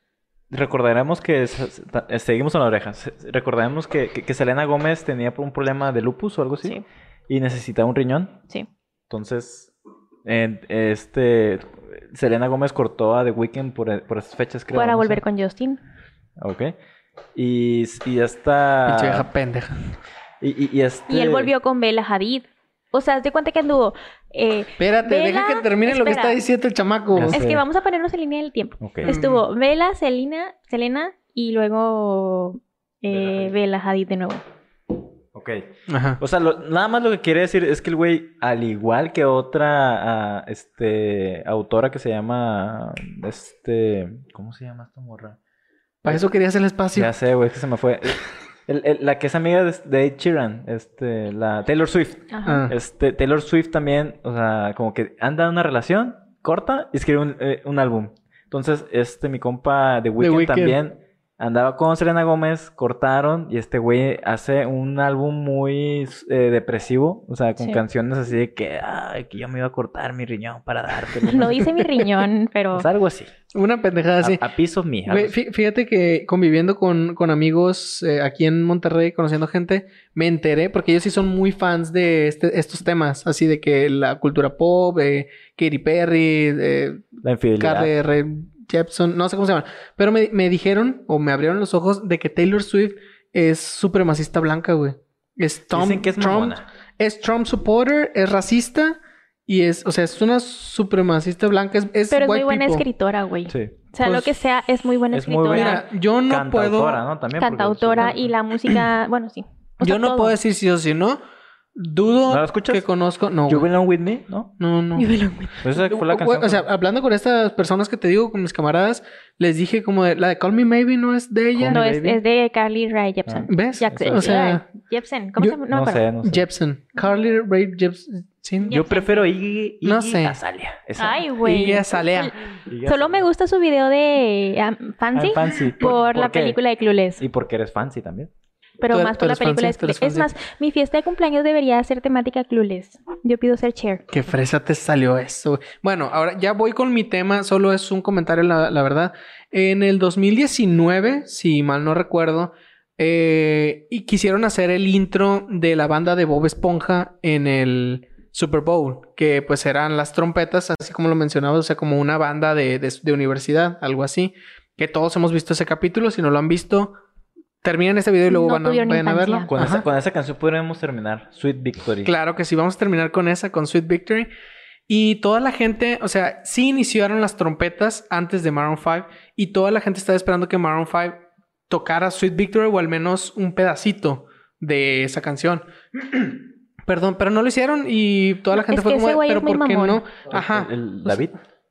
Speaker 3: recordaremos que se- se- ta- eh, seguimos en la oreja. Se- Recordaremos que, que, que Selena Gómez tenía un problema de lupus o algo así
Speaker 2: Sí.
Speaker 3: y necesitaba un riñón.
Speaker 2: Sí.
Speaker 3: Entonces, en- este Selena Gómez cortó a The Weeknd por, por esas fechas creo.
Speaker 2: Para
Speaker 3: no
Speaker 2: volver
Speaker 3: sé.
Speaker 2: con Justin.
Speaker 3: Ok. Y, y
Speaker 1: Pinche
Speaker 3: hasta
Speaker 1: vieja pendeja.
Speaker 3: y, y, y este
Speaker 2: Y él volvió con Bella Hadid. O sea, haz de cuenta que anduvo. eh,
Speaker 1: Espérate, deja
Speaker 2: Vela,
Speaker 1: que termine lo que
Speaker 2: espera.
Speaker 1: está diciendo el chamaco.
Speaker 3: Ya sé.
Speaker 2: es que vamos a ponernos en línea del tiempo.
Speaker 3: Ok.
Speaker 2: Estuvo Bella, Selena, Selena y luego eh, Bella Hadid de nuevo.
Speaker 3: Ok.
Speaker 1: Ajá.
Speaker 3: O sea, lo- nada más lo que quiere decir es que el güey, al igual que otra ah, este, autora que se llama. Este. ¿Cómo se llama esta morra?
Speaker 1: Para eso querías el espacio.
Speaker 3: Ya sé, güey, es que se me fue. El- el- la que es amiga de, de Ed Sheeran, este, la Taylor Swift.
Speaker 2: Ajá.
Speaker 1: Ah.
Speaker 3: Este, Taylor Swift también, o sea, como que anda en una relación corta y escribe un, eh, un álbum. Entonces, este, mi compa The Weeknd
Speaker 1: Weeknd.
Speaker 3: también Andaba con Selena Gómez, cortaron y este güey hace un álbum muy eh, depresivo, o sea, con
Speaker 2: Sí.
Speaker 3: canciones así de que, ay, que yo me iba a cortar mi riñón para dártelo.
Speaker 2: Lo dice mi riñón, pero
Speaker 3: Es algo así.
Speaker 1: Una pendejada así.
Speaker 3: A, a piece of me. algo
Speaker 1: Ah, Güey,
Speaker 3: así.
Speaker 1: fí- fíjate que conviviendo con, con amigos eh, aquí en Monterrey, conociendo gente, me enteré, porque ellos sí son muy fans de este- estos temas, así de que la cultura pop, eh, Katy Perry, eh,
Speaker 3: La infidelidad.
Speaker 1: KR Jepson, no sé cómo se llaman, pero me, me dijeron o me abrieron los ojos de que Taylor Swift es supremacista blanca, güey. Es Tom,
Speaker 3: Dicen que es
Speaker 1: Trump,
Speaker 3: mamona.
Speaker 1: es Trump supporter, es racista y es, o sea, es una supremacista blanca, es, es
Speaker 2: pero es muy
Speaker 1: white
Speaker 2: buena
Speaker 1: people.
Speaker 2: escritora, güey.
Speaker 3: Sí.
Speaker 2: O sea, lo
Speaker 1: Pues,
Speaker 2: que sea, es muy buena
Speaker 3: es muy
Speaker 2: escritora,
Speaker 3: buena
Speaker 1: Mira, yo no puedo
Speaker 3: Cantautora, ¿no? También. porque-
Speaker 2: cantautora y la música, bueno, sí. O sea,
Speaker 1: Yo no
Speaker 2: todo.
Speaker 1: puedo decir sí o sí, ¿no? Dudo
Speaker 3: ¿No la escuchas?
Speaker 1: que conozco. No,
Speaker 3: You
Speaker 1: güey.
Speaker 3: belong with me, ¿no?
Speaker 1: no, no.
Speaker 2: Yo me lo encuentro.
Speaker 3: Pues esa fue la
Speaker 1: Güey,
Speaker 3: canción.
Speaker 1: O sea,
Speaker 3: que-
Speaker 1: hablando con estas personas que te digo, con mis camaradas, les dije como de, la de Call Me Maybe no es de ella.
Speaker 3: Call
Speaker 2: No,
Speaker 3: Me
Speaker 2: es,
Speaker 3: Baby.
Speaker 2: es de Carly Rae Jepsen.
Speaker 3: Ah.
Speaker 1: ¿Ves?
Speaker 2: Jackson.
Speaker 1: O sea,
Speaker 2: eh. Jepsen. ¿Cómo
Speaker 1: yo-
Speaker 2: se llama? No,
Speaker 3: no,
Speaker 2: me acuerdo.
Speaker 3: sé, no sé.
Speaker 1: Jepsen. Carly Rae Jepsen.
Speaker 3: Yo
Speaker 2: Jepsen.
Speaker 3: prefiero Iggy, Iggy
Speaker 1: No sé.
Speaker 3: Azalea. Esa.
Speaker 2: Ay,
Speaker 1: Y
Speaker 2: güey.
Speaker 1: ya salea.
Speaker 3: Iggy
Speaker 2: Solo
Speaker 3: Azalea.
Speaker 2: me gusta su video de um,
Speaker 3: Ah,
Speaker 2: Fancy
Speaker 3: fancy.
Speaker 2: por, la
Speaker 3: qué?
Speaker 2: película de Clueless.
Speaker 3: Y porque eres fancy también.
Speaker 2: Pero
Speaker 1: Tú eres-
Speaker 2: más
Speaker 1: tú
Speaker 2: por la
Speaker 1: eres fancy,
Speaker 2: película de
Speaker 1: tú eres
Speaker 2: Clueless. Es más,
Speaker 1: fancy.
Speaker 2: mi fiesta de cumpleaños debería ser temática Clueless. Yo pido ser chair.
Speaker 1: Qué fresa te salió eso. güey. Bueno, ahora ya voy con mi tema. Solo es un comentario, la, la verdad. En el 2019, si mal no recuerdo, eh, y quisieron hacer el intro de la banda de Bob Esponja en el Super Bowl, que pues eran las trompetas, así como lo mencionaba, o sea, como una banda de, de- de universidad, algo así. Que todos hemos visto ese capítulo. Si no lo han visto, terminen este video y luego
Speaker 2: No
Speaker 1: van a,
Speaker 2: tuvieron
Speaker 1: vayan a
Speaker 2: infancia.
Speaker 1: verlo.
Speaker 3: Con
Speaker 1: Ajá.
Speaker 3: esa, con esa canción podríamos terminar. Sweet Victory.
Speaker 1: Claro que sí, vamos a terminar con esa, con Sweet Victory. Y toda la gente, o sea, sí iniciaron las trompetas antes de Maroon 5 y toda la gente estaba esperando que Maroon 5 tocara Sweet Victory o al menos un pedacito de esa canción. Perdón, pero no lo hicieron y toda la
Speaker 2: No,
Speaker 1: gente
Speaker 2: es
Speaker 1: fue
Speaker 2: que
Speaker 1: como,
Speaker 2: ese güey
Speaker 1: pero
Speaker 2: es muy
Speaker 1: ¿por qué
Speaker 2: mamón.
Speaker 1: no?
Speaker 3: El-
Speaker 1: Ajá. Pues
Speaker 3: el- el David.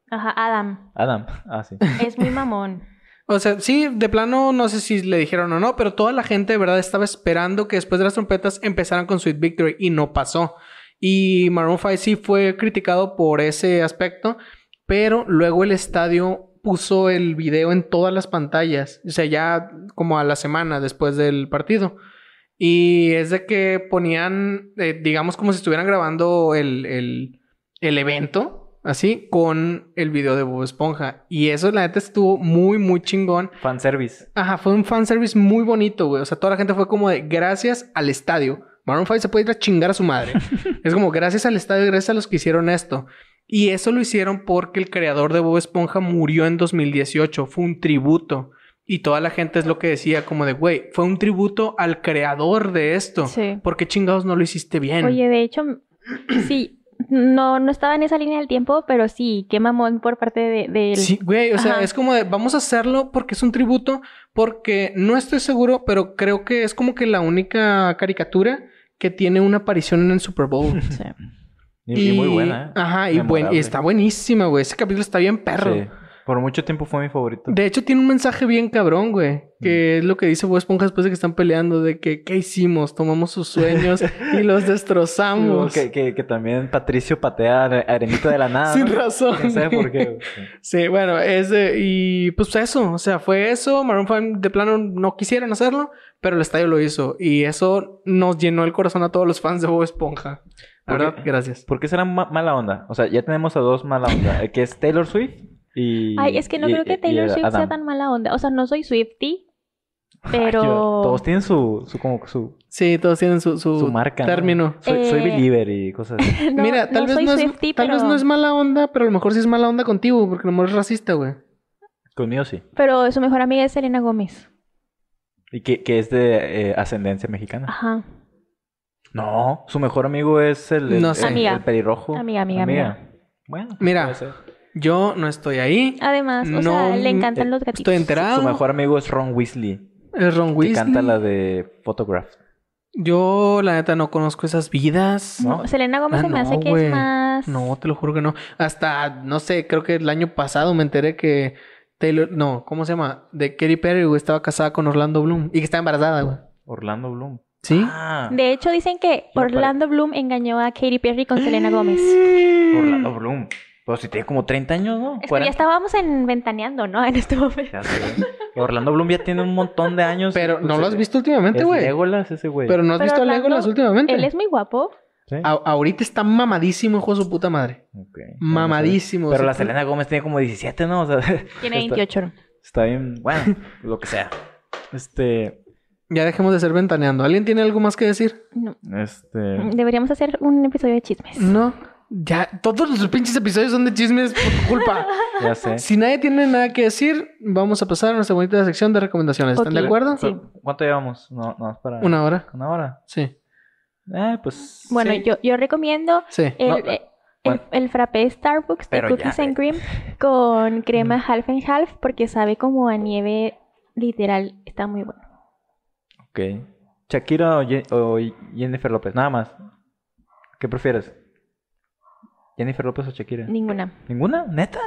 Speaker 2: Ajá, Adam.
Speaker 3: Adam. Ah, sí.
Speaker 2: Es muy mamón.
Speaker 1: O sea, sí, de plano no sé si le dijeron o no, pero toda la gente de verdad estaba esperando que después de las trompetas empezaran con Sweet Victory y no pasó. Y Maroon 5 sí fue criticado por ese aspecto, pero luego el estadio puso el video en todas las pantallas, o sea, ya como a la semana después del partido. Y es de que ponían, eh, digamos, como si estuvieran grabando el, el- el evento, así, con el video de Bob Esponja. Y eso, la neta, estuvo muy, muy chingón.
Speaker 3: Fanservice.
Speaker 1: Ajá, fue un fanservice muy bonito, güey. O sea, toda la gente fue como de gracias al estadio. Maroon 5 se puede ir a chingar a su madre. es como gracias al estadio, gracias a los que hicieron esto. Y eso lo hicieron porque el creador de Bob Esponja murió en 2018. Fue un tributo. Y toda la gente es lo que decía, como de, güey, fue un tributo al creador de esto.
Speaker 2: Sí.
Speaker 1: ¿Por qué chingados no lo hiciste bien?
Speaker 2: Oye, de hecho, sí. No, no estaba en esa línea del tiempo, pero sí, qué mamón por parte de, de él.
Speaker 1: Sí, güey, o sea,
Speaker 2: Ajá.
Speaker 1: es como de, vamos a hacerlo porque es un tributo, porque no estoy seguro, pero creo que es como que la única caricatura que tiene una aparición en el Super Bowl.
Speaker 2: Sí.
Speaker 3: Y, y muy buena, ¿eh?
Speaker 1: Ajá, y, buen, y
Speaker 3: Memorable.
Speaker 1: está buenísima, güey. Ese capítulo está bien perro.
Speaker 3: Sí. Por mucho tiempo fue mi favorito.
Speaker 1: De hecho, tiene un mensaje bien cabrón, güey.
Speaker 3: Mm.
Speaker 1: Que es lo que dice Bob Esponja después de que están peleando, de que, ¿qué hicimos? Tomamos sus sueños y los destrozamos.
Speaker 3: Que, que, que también Patricio patea are- arenita de la nada.
Speaker 1: Sin
Speaker 3: ¿no?
Speaker 1: razón.
Speaker 3: No sé Ah, por qué.
Speaker 1: Sí, bueno, es de- y pues eso, o sea, fue eso, Maroon 5 de plano no quisieron hacerlo, pero el estadio lo hizo y eso nos llenó el corazón a todos los fans de Bob Esponja. La
Speaker 3: ¿Por
Speaker 1: verdad,
Speaker 3: qué?
Speaker 1: gracias.
Speaker 3: ¿Por qué será ma- mala onda? O sea, ya tenemos a dos mala onda. eh, Que es Taylor Swift y...
Speaker 2: Ay, es que no
Speaker 3: y-
Speaker 2: creo que
Speaker 3: y-
Speaker 2: Taylor
Speaker 3: y
Speaker 2: Swift sea
Speaker 3: Adam.
Speaker 2: tan mala onda. O sea, no soy Swifty,
Speaker 3: Ay,
Speaker 2: pero.
Speaker 3: yo- Todos tienen su... su como su...
Speaker 1: Sí, todos tienen su, su,
Speaker 3: su marca. ¿no?
Speaker 1: término.
Speaker 3: Soy, soy
Speaker 2: Eh,
Speaker 3: believer y cosas así.
Speaker 2: No,
Speaker 1: Mira, tal,
Speaker 2: no
Speaker 1: vez,
Speaker 2: soy
Speaker 1: no es,
Speaker 2: Swiftie,
Speaker 1: tal
Speaker 2: pero,
Speaker 1: vez no es mala onda, pero a lo mejor sí es mala onda contigo, porque a lo mejor es racista, güey.
Speaker 3: Conmigo sí.
Speaker 2: pero su mejor amiga es Selena Gómez.
Speaker 3: Y que, que es de eh, ascendencia
Speaker 1: Ah.
Speaker 3: mexicana.
Speaker 2: Ajá.
Speaker 3: No, su mejor amigo es el, el-
Speaker 1: No sé.
Speaker 3: el-
Speaker 2: Amiga.
Speaker 3: el pelirrojo.
Speaker 2: Amiga, amiga,
Speaker 3: Bueno,
Speaker 1: Mira.
Speaker 3: puede ser.
Speaker 1: Yo no estoy ahí.
Speaker 2: Además, o
Speaker 1: No,
Speaker 2: sea, le
Speaker 1: mm,
Speaker 2: encantan
Speaker 3: eh,
Speaker 2: los gatitos.
Speaker 1: Estoy enterado.
Speaker 3: su mejor amigo es Ron Weasley,
Speaker 1: Es Ron
Speaker 3: que
Speaker 1: Ah. Weasley.
Speaker 3: canta la de Photograph.
Speaker 1: Yo, la neta, no conozco esas vidas.
Speaker 3: ¿no?
Speaker 2: No, Selena Gómez
Speaker 1: Ah,
Speaker 2: se
Speaker 1: no,
Speaker 2: me hace que
Speaker 1: güey.
Speaker 2: es más.
Speaker 1: No, te lo juro que no. Hasta, no sé, creo que el año pasado me enteré que Taylor, no, ¿cómo se llama? De Katy Perry, güey, estaba casada con Orlando Bloom y que está embarazada, güey.
Speaker 3: Orlando Bloom.
Speaker 1: ¿Sí?
Speaker 3: Ah,
Speaker 2: De hecho, dicen que
Speaker 3: No, pare-
Speaker 2: Orlando Bloom engañó a Katy Perry con Selena Gómez.
Speaker 3: Orlando Bloom. Pero si tiene como 30 años, ¿no?
Speaker 2: Es que ya
Speaker 3: 40.
Speaker 2: estábamos en ventaneando, ¿no? En este momento.
Speaker 3: Ya sé. ¿eh? Orlando Bloom ya tiene un montón de años. pues
Speaker 1: Pero no lo has visto últimamente,
Speaker 3: Es
Speaker 1: güey.
Speaker 3: Legolas ese güey.
Speaker 1: Pero no has
Speaker 2: Pero
Speaker 1: visto a
Speaker 2: Orlando,
Speaker 1: Legolas últimamente.
Speaker 2: Él es muy guapo.
Speaker 3: Sí.
Speaker 1: A- ahorita está mamadísimo, hijo de su puta madre.
Speaker 3: Ok.
Speaker 1: Mamadísimo.
Speaker 3: Pero
Speaker 1: o sea,
Speaker 3: la Selena Gómez tiene como 17, ¿no? O sea,
Speaker 2: Tiene
Speaker 3: está-
Speaker 2: 28.
Speaker 3: Está bien, bueno, lo que sea. Este,
Speaker 1: Ya dejemos de ser ventaneando. ¿Alguien tiene algo más que decir?
Speaker 2: No.
Speaker 3: este...
Speaker 2: Deberíamos hacer un episodio de chismes.
Speaker 3: Mm,
Speaker 1: No. Ya, todos los pinches episodios son de chismes por tu culpa.
Speaker 3: Ya sé.
Speaker 1: si nadie tiene nada que decir, vamos a pasar a nuestra bonita sección de recomendaciones. ¿Están
Speaker 2: Ok.
Speaker 1: de acuerdo?
Speaker 2: Sí.
Speaker 3: ¿Cuánto llevamos? No, no, para...
Speaker 1: Una hora.
Speaker 3: ¿Una hora?
Speaker 1: Sí.
Speaker 3: Eh, pues...
Speaker 2: Bueno,
Speaker 3: sí.
Speaker 2: yo, yo recomiendo
Speaker 1: Sí.
Speaker 2: el,
Speaker 3: No, no.
Speaker 2: eh, el,
Speaker 3: Bueno.
Speaker 2: el frappé Starbucks de
Speaker 3: Pero ya,
Speaker 2: Cookies
Speaker 3: eh.
Speaker 2: and Cream con crema half and half porque sabe como a nieve literal. Está muy bueno.
Speaker 3: Ok. Shakira o, Ye- o Jennifer López, nada más. ¿Qué prefieres? ¿Jennifer López o Shakira?
Speaker 2: Ninguna.
Speaker 3: ¿Ninguna? ¿Neta?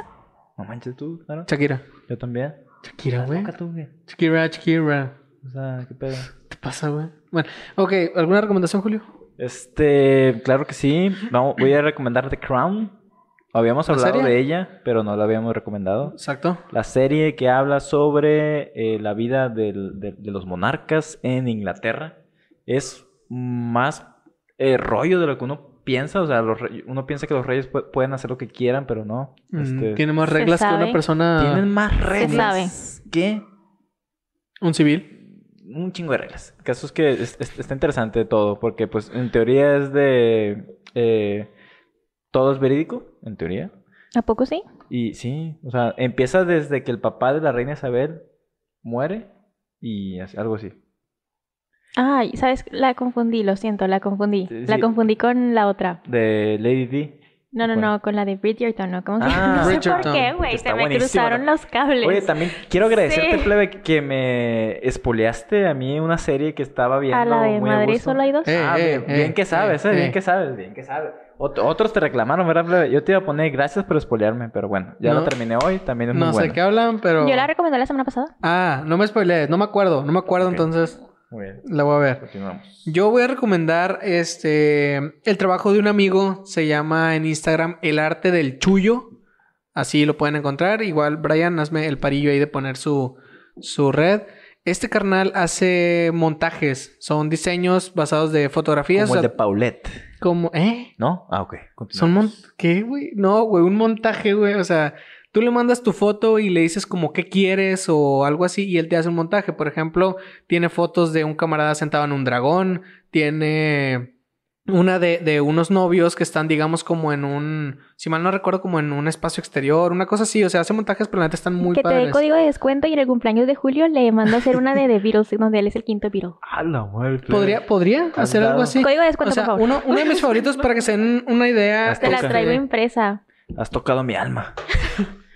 Speaker 3: No manches tú, claro.
Speaker 1: Shakira.
Speaker 3: Yo también.
Speaker 1: Shakira, güey.
Speaker 3: Nunca tú, güey.
Speaker 1: Shakira, Shakira.
Speaker 3: O sea, qué pedo.
Speaker 1: ¿Qué te pasa, güey? Bueno, ok. ¿Alguna recomendación, Julio?
Speaker 3: Este, claro que sí. Vamos, voy a recomendar The Crown. Habíamos
Speaker 1: ¿La
Speaker 3: hablado
Speaker 1: serie?
Speaker 3: de ella, pero no la habíamos recomendado.
Speaker 1: Exacto.
Speaker 3: La serie que habla sobre eh, la vida del- de, de los monarcas en Inglaterra es más eh, rollo de lo que uno piensa. O sea, los re- uno piensa que los reyes pu- pueden hacer lo que quieran, pero no.
Speaker 1: Mm,
Speaker 3: Este,
Speaker 1: Tiene más
Speaker 2: Se
Speaker 1: reglas que una
Speaker 2: sabe.
Speaker 1: persona.
Speaker 3: tienen más
Speaker 2: sabe.
Speaker 3: reglas que
Speaker 1: Un civil.
Speaker 3: un chingo de reglas. El caso es que es- es- está interesante todo, porque pues en teoría es de... eh, todo es verídico, en teoría.
Speaker 2: ¿A poco sí?
Speaker 3: Y sí, o sea, empieza desde que el papá de la reina Isabel muere y así- algo así.
Speaker 2: Ay, ¿sabes? La confundí, lo siento, la confundí.
Speaker 3: Sí,
Speaker 2: La
Speaker 3: sí.
Speaker 2: confundí con la otra.
Speaker 3: De Lady D.
Speaker 2: No, no,
Speaker 3: ¿Cuál?
Speaker 2: no, con la de Bridgerton, ¿no? ¿Cómo se
Speaker 3: Ah,
Speaker 2: No sé
Speaker 1: Bridgerton,
Speaker 2: por qué, güey.
Speaker 3: está
Speaker 2: Se me
Speaker 3: buenísima.
Speaker 2: cruzaron los cables.
Speaker 3: Oye, también quiero agradecerte,
Speaker 2: Sí.
Speaker 3: plebe, que me espoleaste a mí una serie que estaba viendo.
Speaker 2: a la de
Speaker 3: muy a
Speaker 2: Madrid
Speaker 3: gusto.
Speaker 2: solo hay dos.
Speaker 1: Eh,
Speaker 3: Ah, bien, bien que sabes, eh, bien que sabes, bien que sabes. Ot- otros te reclamaron, ¿verdad, plebe? Yo te iba a poner gracias por espolearme, pero bueno, ya
Speaker 1: No.
Speaker 3: lo terminé hoy, también es muy
Speaker 1: No sé
Speaker 3: bueno.
Speaker 1: qué hablan, pero.
Speaker 2: Yo la recomendé la semana pasada.
Speaker 1: Ah, no me spoilees. No me acuerdo. No me acuerdo,
Speaker 3: Ok.
Speaker 1: entonces
Speaker 3: Muy bien,
Speaker 1: la voy a ver.
Speaker 3: continuamos.
Speaker 1: Yo voy a recomendar este. El trabajo de un amigo. Se llama en Instagram El Arte del Chullo. Así lo pueden encontrar. Igual, Brian, hazme el parillo ahí de poner su, su red. Este carnal hace montajes. Son diseños basados de fotografías.
Speaker 3: Como el
Speaker 1: o sea,
Speaker 3: de Paulette,
Speaker 1: como- ¿Eh?
Speaker 3: ¿no? Ah, ok,
Speaker 1: Son
Speaker 3: continuamos.
Speaker 1: mon... ¿Qué, güey? No, güey, un montaje, güey. O sea, tú le mandas tu foto y le dices como qué quieres o algo así y él te hace un montaje. Por ejemplo, tiene fotos de un camarada sentado en un dragón, tiene una de, de unos novios que están, digamos, como en un, si mal no recuerdo, como en un espacio exterior, una cosa así. O sea, hace montajes, pero la neta están muy
Speaker 2: que te dé
Speaker 1: padres.
Speaker 2: código de descuento y en el cumpleaños de Julio le mando a hacer una de The Beatles, donde él es el quinto Beatle.
Speaker 3: A la muerte.
Speaker 1: ¿Podría, podría
Speaker 3: Has
Speaker 1: hacer algo
Speaker 3: dado.
Speaker 1: así?
Speaker 2: Código de descuento,
Speaker 1: O sea,
Speaker 2: por favor.
Speaker 1: uno, uno de mis favoritos para que se den una idea.
Speaker 3: Te
Speaker 2: Te las
Speaker 1: este,
Speaker 2: traigo impresa.
Speaker 3: Has tocado mi alma.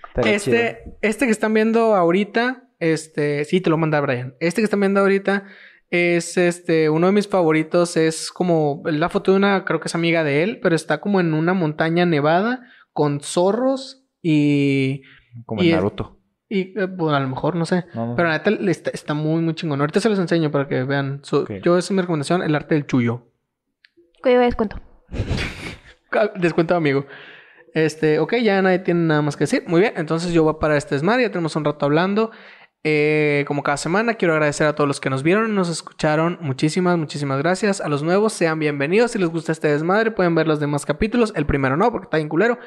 Speaker 3: Estaría chido.
Speaker 1: Este, este que están viendo ahorita, este, sí, te lo manda Brian. Este que están viendo ahorita es este, uno de mis favoritos. Es como la foto de una, creo que es amiga de él, pero está como en una montaña nevada con zorros y,
Speaker 3: Como
Speaker 1: y
Speaker 3: en
Speaker 1: es-
Speaker 3: Naruto.
Speaker 1: y eh, bueno, a lo mejor, no sé.
Speaker 3: No, no.
Speaker 1: Pero la neta le está, está muy, muy chingón. Ahorita se los enseño para que vean. Su-
Speaker 3: Ok.
Speaker 1: Yo, esa es mi recomendación, el arte del chullo.
Speaker 2: Código de descuento.
Speaker 1: Ah, Descuento, amigo. Este, ok, ya nadie tiene nada más que decir. Muy bien, entonces yo voy para este Smart, ya tenemos un rato hablando. Eh, como cada semana, quiero agradecer a todos los que nos vieron, nos escucharon. Muchísimas, muchísimas gracias. A los nuevos, sean bienvenidos. Si les gusta este desmadre, pueden ver los demás capítulos. El primero no, porque está bien culero.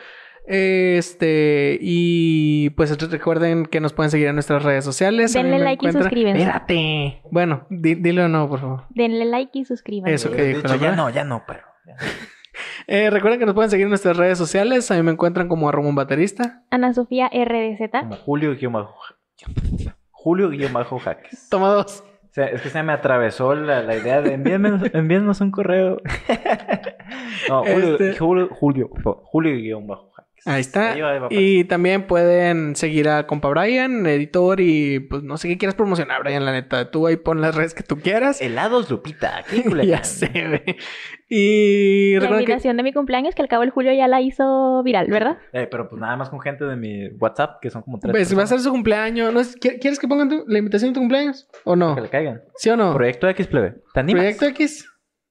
Speaker 1: Este, y pues recuerden que nos pueden seguir en nuestras redes sociales. A mí
Speaker 2: Denle
Speaker 1: me
Speaker 2: like y
Speaker 1: encuentran-
Speaker 2: suscríbanse.
Speaker 1: Espérate. Bueno, di- dilo no, por favor.
Speaker 2: Denle like y suscríbanse.
Speaker 1: Eso
Speaker 3: Yo
Speaker 1: que
Speaker 3: he
Speaker 1: dijo
Speaker 3: dicho,
Speaker 1: la
Speaker 3: ya
Speaker 1: verdad.
Speaker 3: no, ya no, pero. ya.
Speaker 1: Eh, recuerden que nos pueden seguir en nuestras redes sociales. A mí me encuentran como arroba un baterista.
Speaker 2: Ana Sofía RDZ.
Speaker 3: Como Julio guión bajo Julio guión bajo Jaques.
Speaker 1: Toma dos.
Speaker 3: O sea, es que se me atravesó la, la idea de envíennos, envíennos un correo. No, Julio,
Speaker 1: Este-
Speaker 3: Julio, Julio, Julio guión bajo Jaques.
Speaker 1: Ahí está.
Speaker 3: Ahí va, ahí va,
Speaker 1: y también pueden seguir a compa Brian, editor, y pues no sé qué quieras promocionar, Brian, la neta. Tú ahí pon las redes que tú quieras.
Speaker 3: pues. Helados Lupita, aquí en Culiacán.
Speaker 1: ya se ve. Y
Speaker 2: La
Speaker 1: recuerden que...
Speaker 2: invitación de mi cumpleaños, que al cabo el Julio ya la hizo viral, ¿verdad?
Speaker 3: Eh, pero pues nada más con gente de mi WhatsApp, que son como tres.
Speaker 1: Pues, va a
Speaker 3: personas.
Speaker 1: ser su cumpleaños. ¿No es- ¿Qui- ¿Quieres que pongan tu- la invitación de tu cumpleaños? ¿O no?
Speaker 3: Que le caigan.
Speaker 1: ¿Sí o no?
Speaker 3: Proyecto X plebe. ¿Te animas?
Speaker 1: Proyecto X.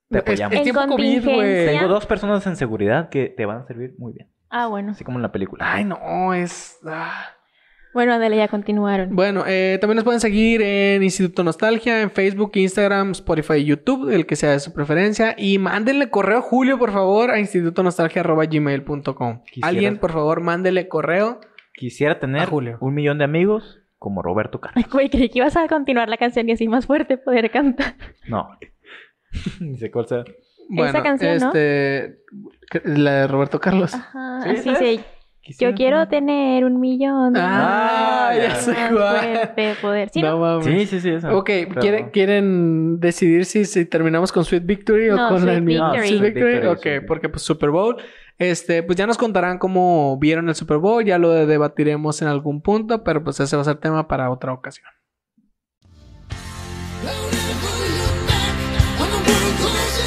Speaker 3: Te
Speaker 1: Es-
Speaker 3: apoyamos.
Speaker 1: Es,
Speaker 2: En
Speaker 1: tiempo COVID, güey.
Speaker 2: contingencia.
Speaker 3: Tengo dos personas en seguridad que te van a servir muy bien.
Speaker 2: Ah, bueno.
Speaker 3: Así como en la película.
Speaker 1: Ay, no, es... ah.
Speaker 2: Bueno, Adele, ya continuaron.
Speaker 1: Bueno, eh, también nos pueden seguir en Instituto Nostalgia, en Facebook, Instagram, Spotify, y YouTube, el que sea de su preferencia. Y mándenle correo a Julio, por favor, a institutonostalgia.gmail.com.
Speaker 3: Quisiera-
Speaker 1: Alguien, por favor, mándele correo.
Speaker 3: Quisiera tener
Speaker 1: A Julio.
Speaker 3: un millón de amigos como Roberto Carlos.
Speaker 2: Güey, creí que ibas a continuar la canción y así más fuerte poder cantar.
Speaker 3: No. Ni sé cuál sea.
Speaker 1: Bueno,
Speaker 2: canción, ¿no? Ah,
Speaker 1: este, que- La de Roberto Carlos.
Speaker 2: Ajá,
Speaker 3: Sí,
Speaker 2: así
Speaker 3: ¿sabes?
Speaker 2: se... Yo
Speaker 3: Quisiera
Speaker 2: quiero tener un millón. de
Speaker 1: Ah,
Speaker 2: amigos,
Speaker 3: ya
Speaker 1: sé
Speaker 2: más
Speaker 1: cuál.
Speaker 2: fuerte poder. Sí,
Speaker 1: no
Speaker 2: no,
Speaker 1: mames.
Speaker 3: Sí, sí, sí. Esa.
Speaker 1: Ok,
Speaker 3: Pero-
Speaker 1: ¿quieren, quieren decidir si, si terminamos con Sweet Victory o
Speaker 2: No,
Speaker 1: con
Speaker 2: Sweet
Speaker 1: el mío?
Speaker 2: Victory.
Speaker 1: Sweet
Speaker 3: No, Sweet
Speaker 1: Victory,
Speaker 3: Victory,
Speaker 1: ok,
Speaker 3: Sweet Victory.
Speaker 1: porque pues Super Bowl, este, pues ya nos contarán cómo vieron el Super Bowl, ya lo debatiremos en algún punto, pero pues ese va a ser tema para otra ocasión.
Speaker 5: Don't ever look back when the world closes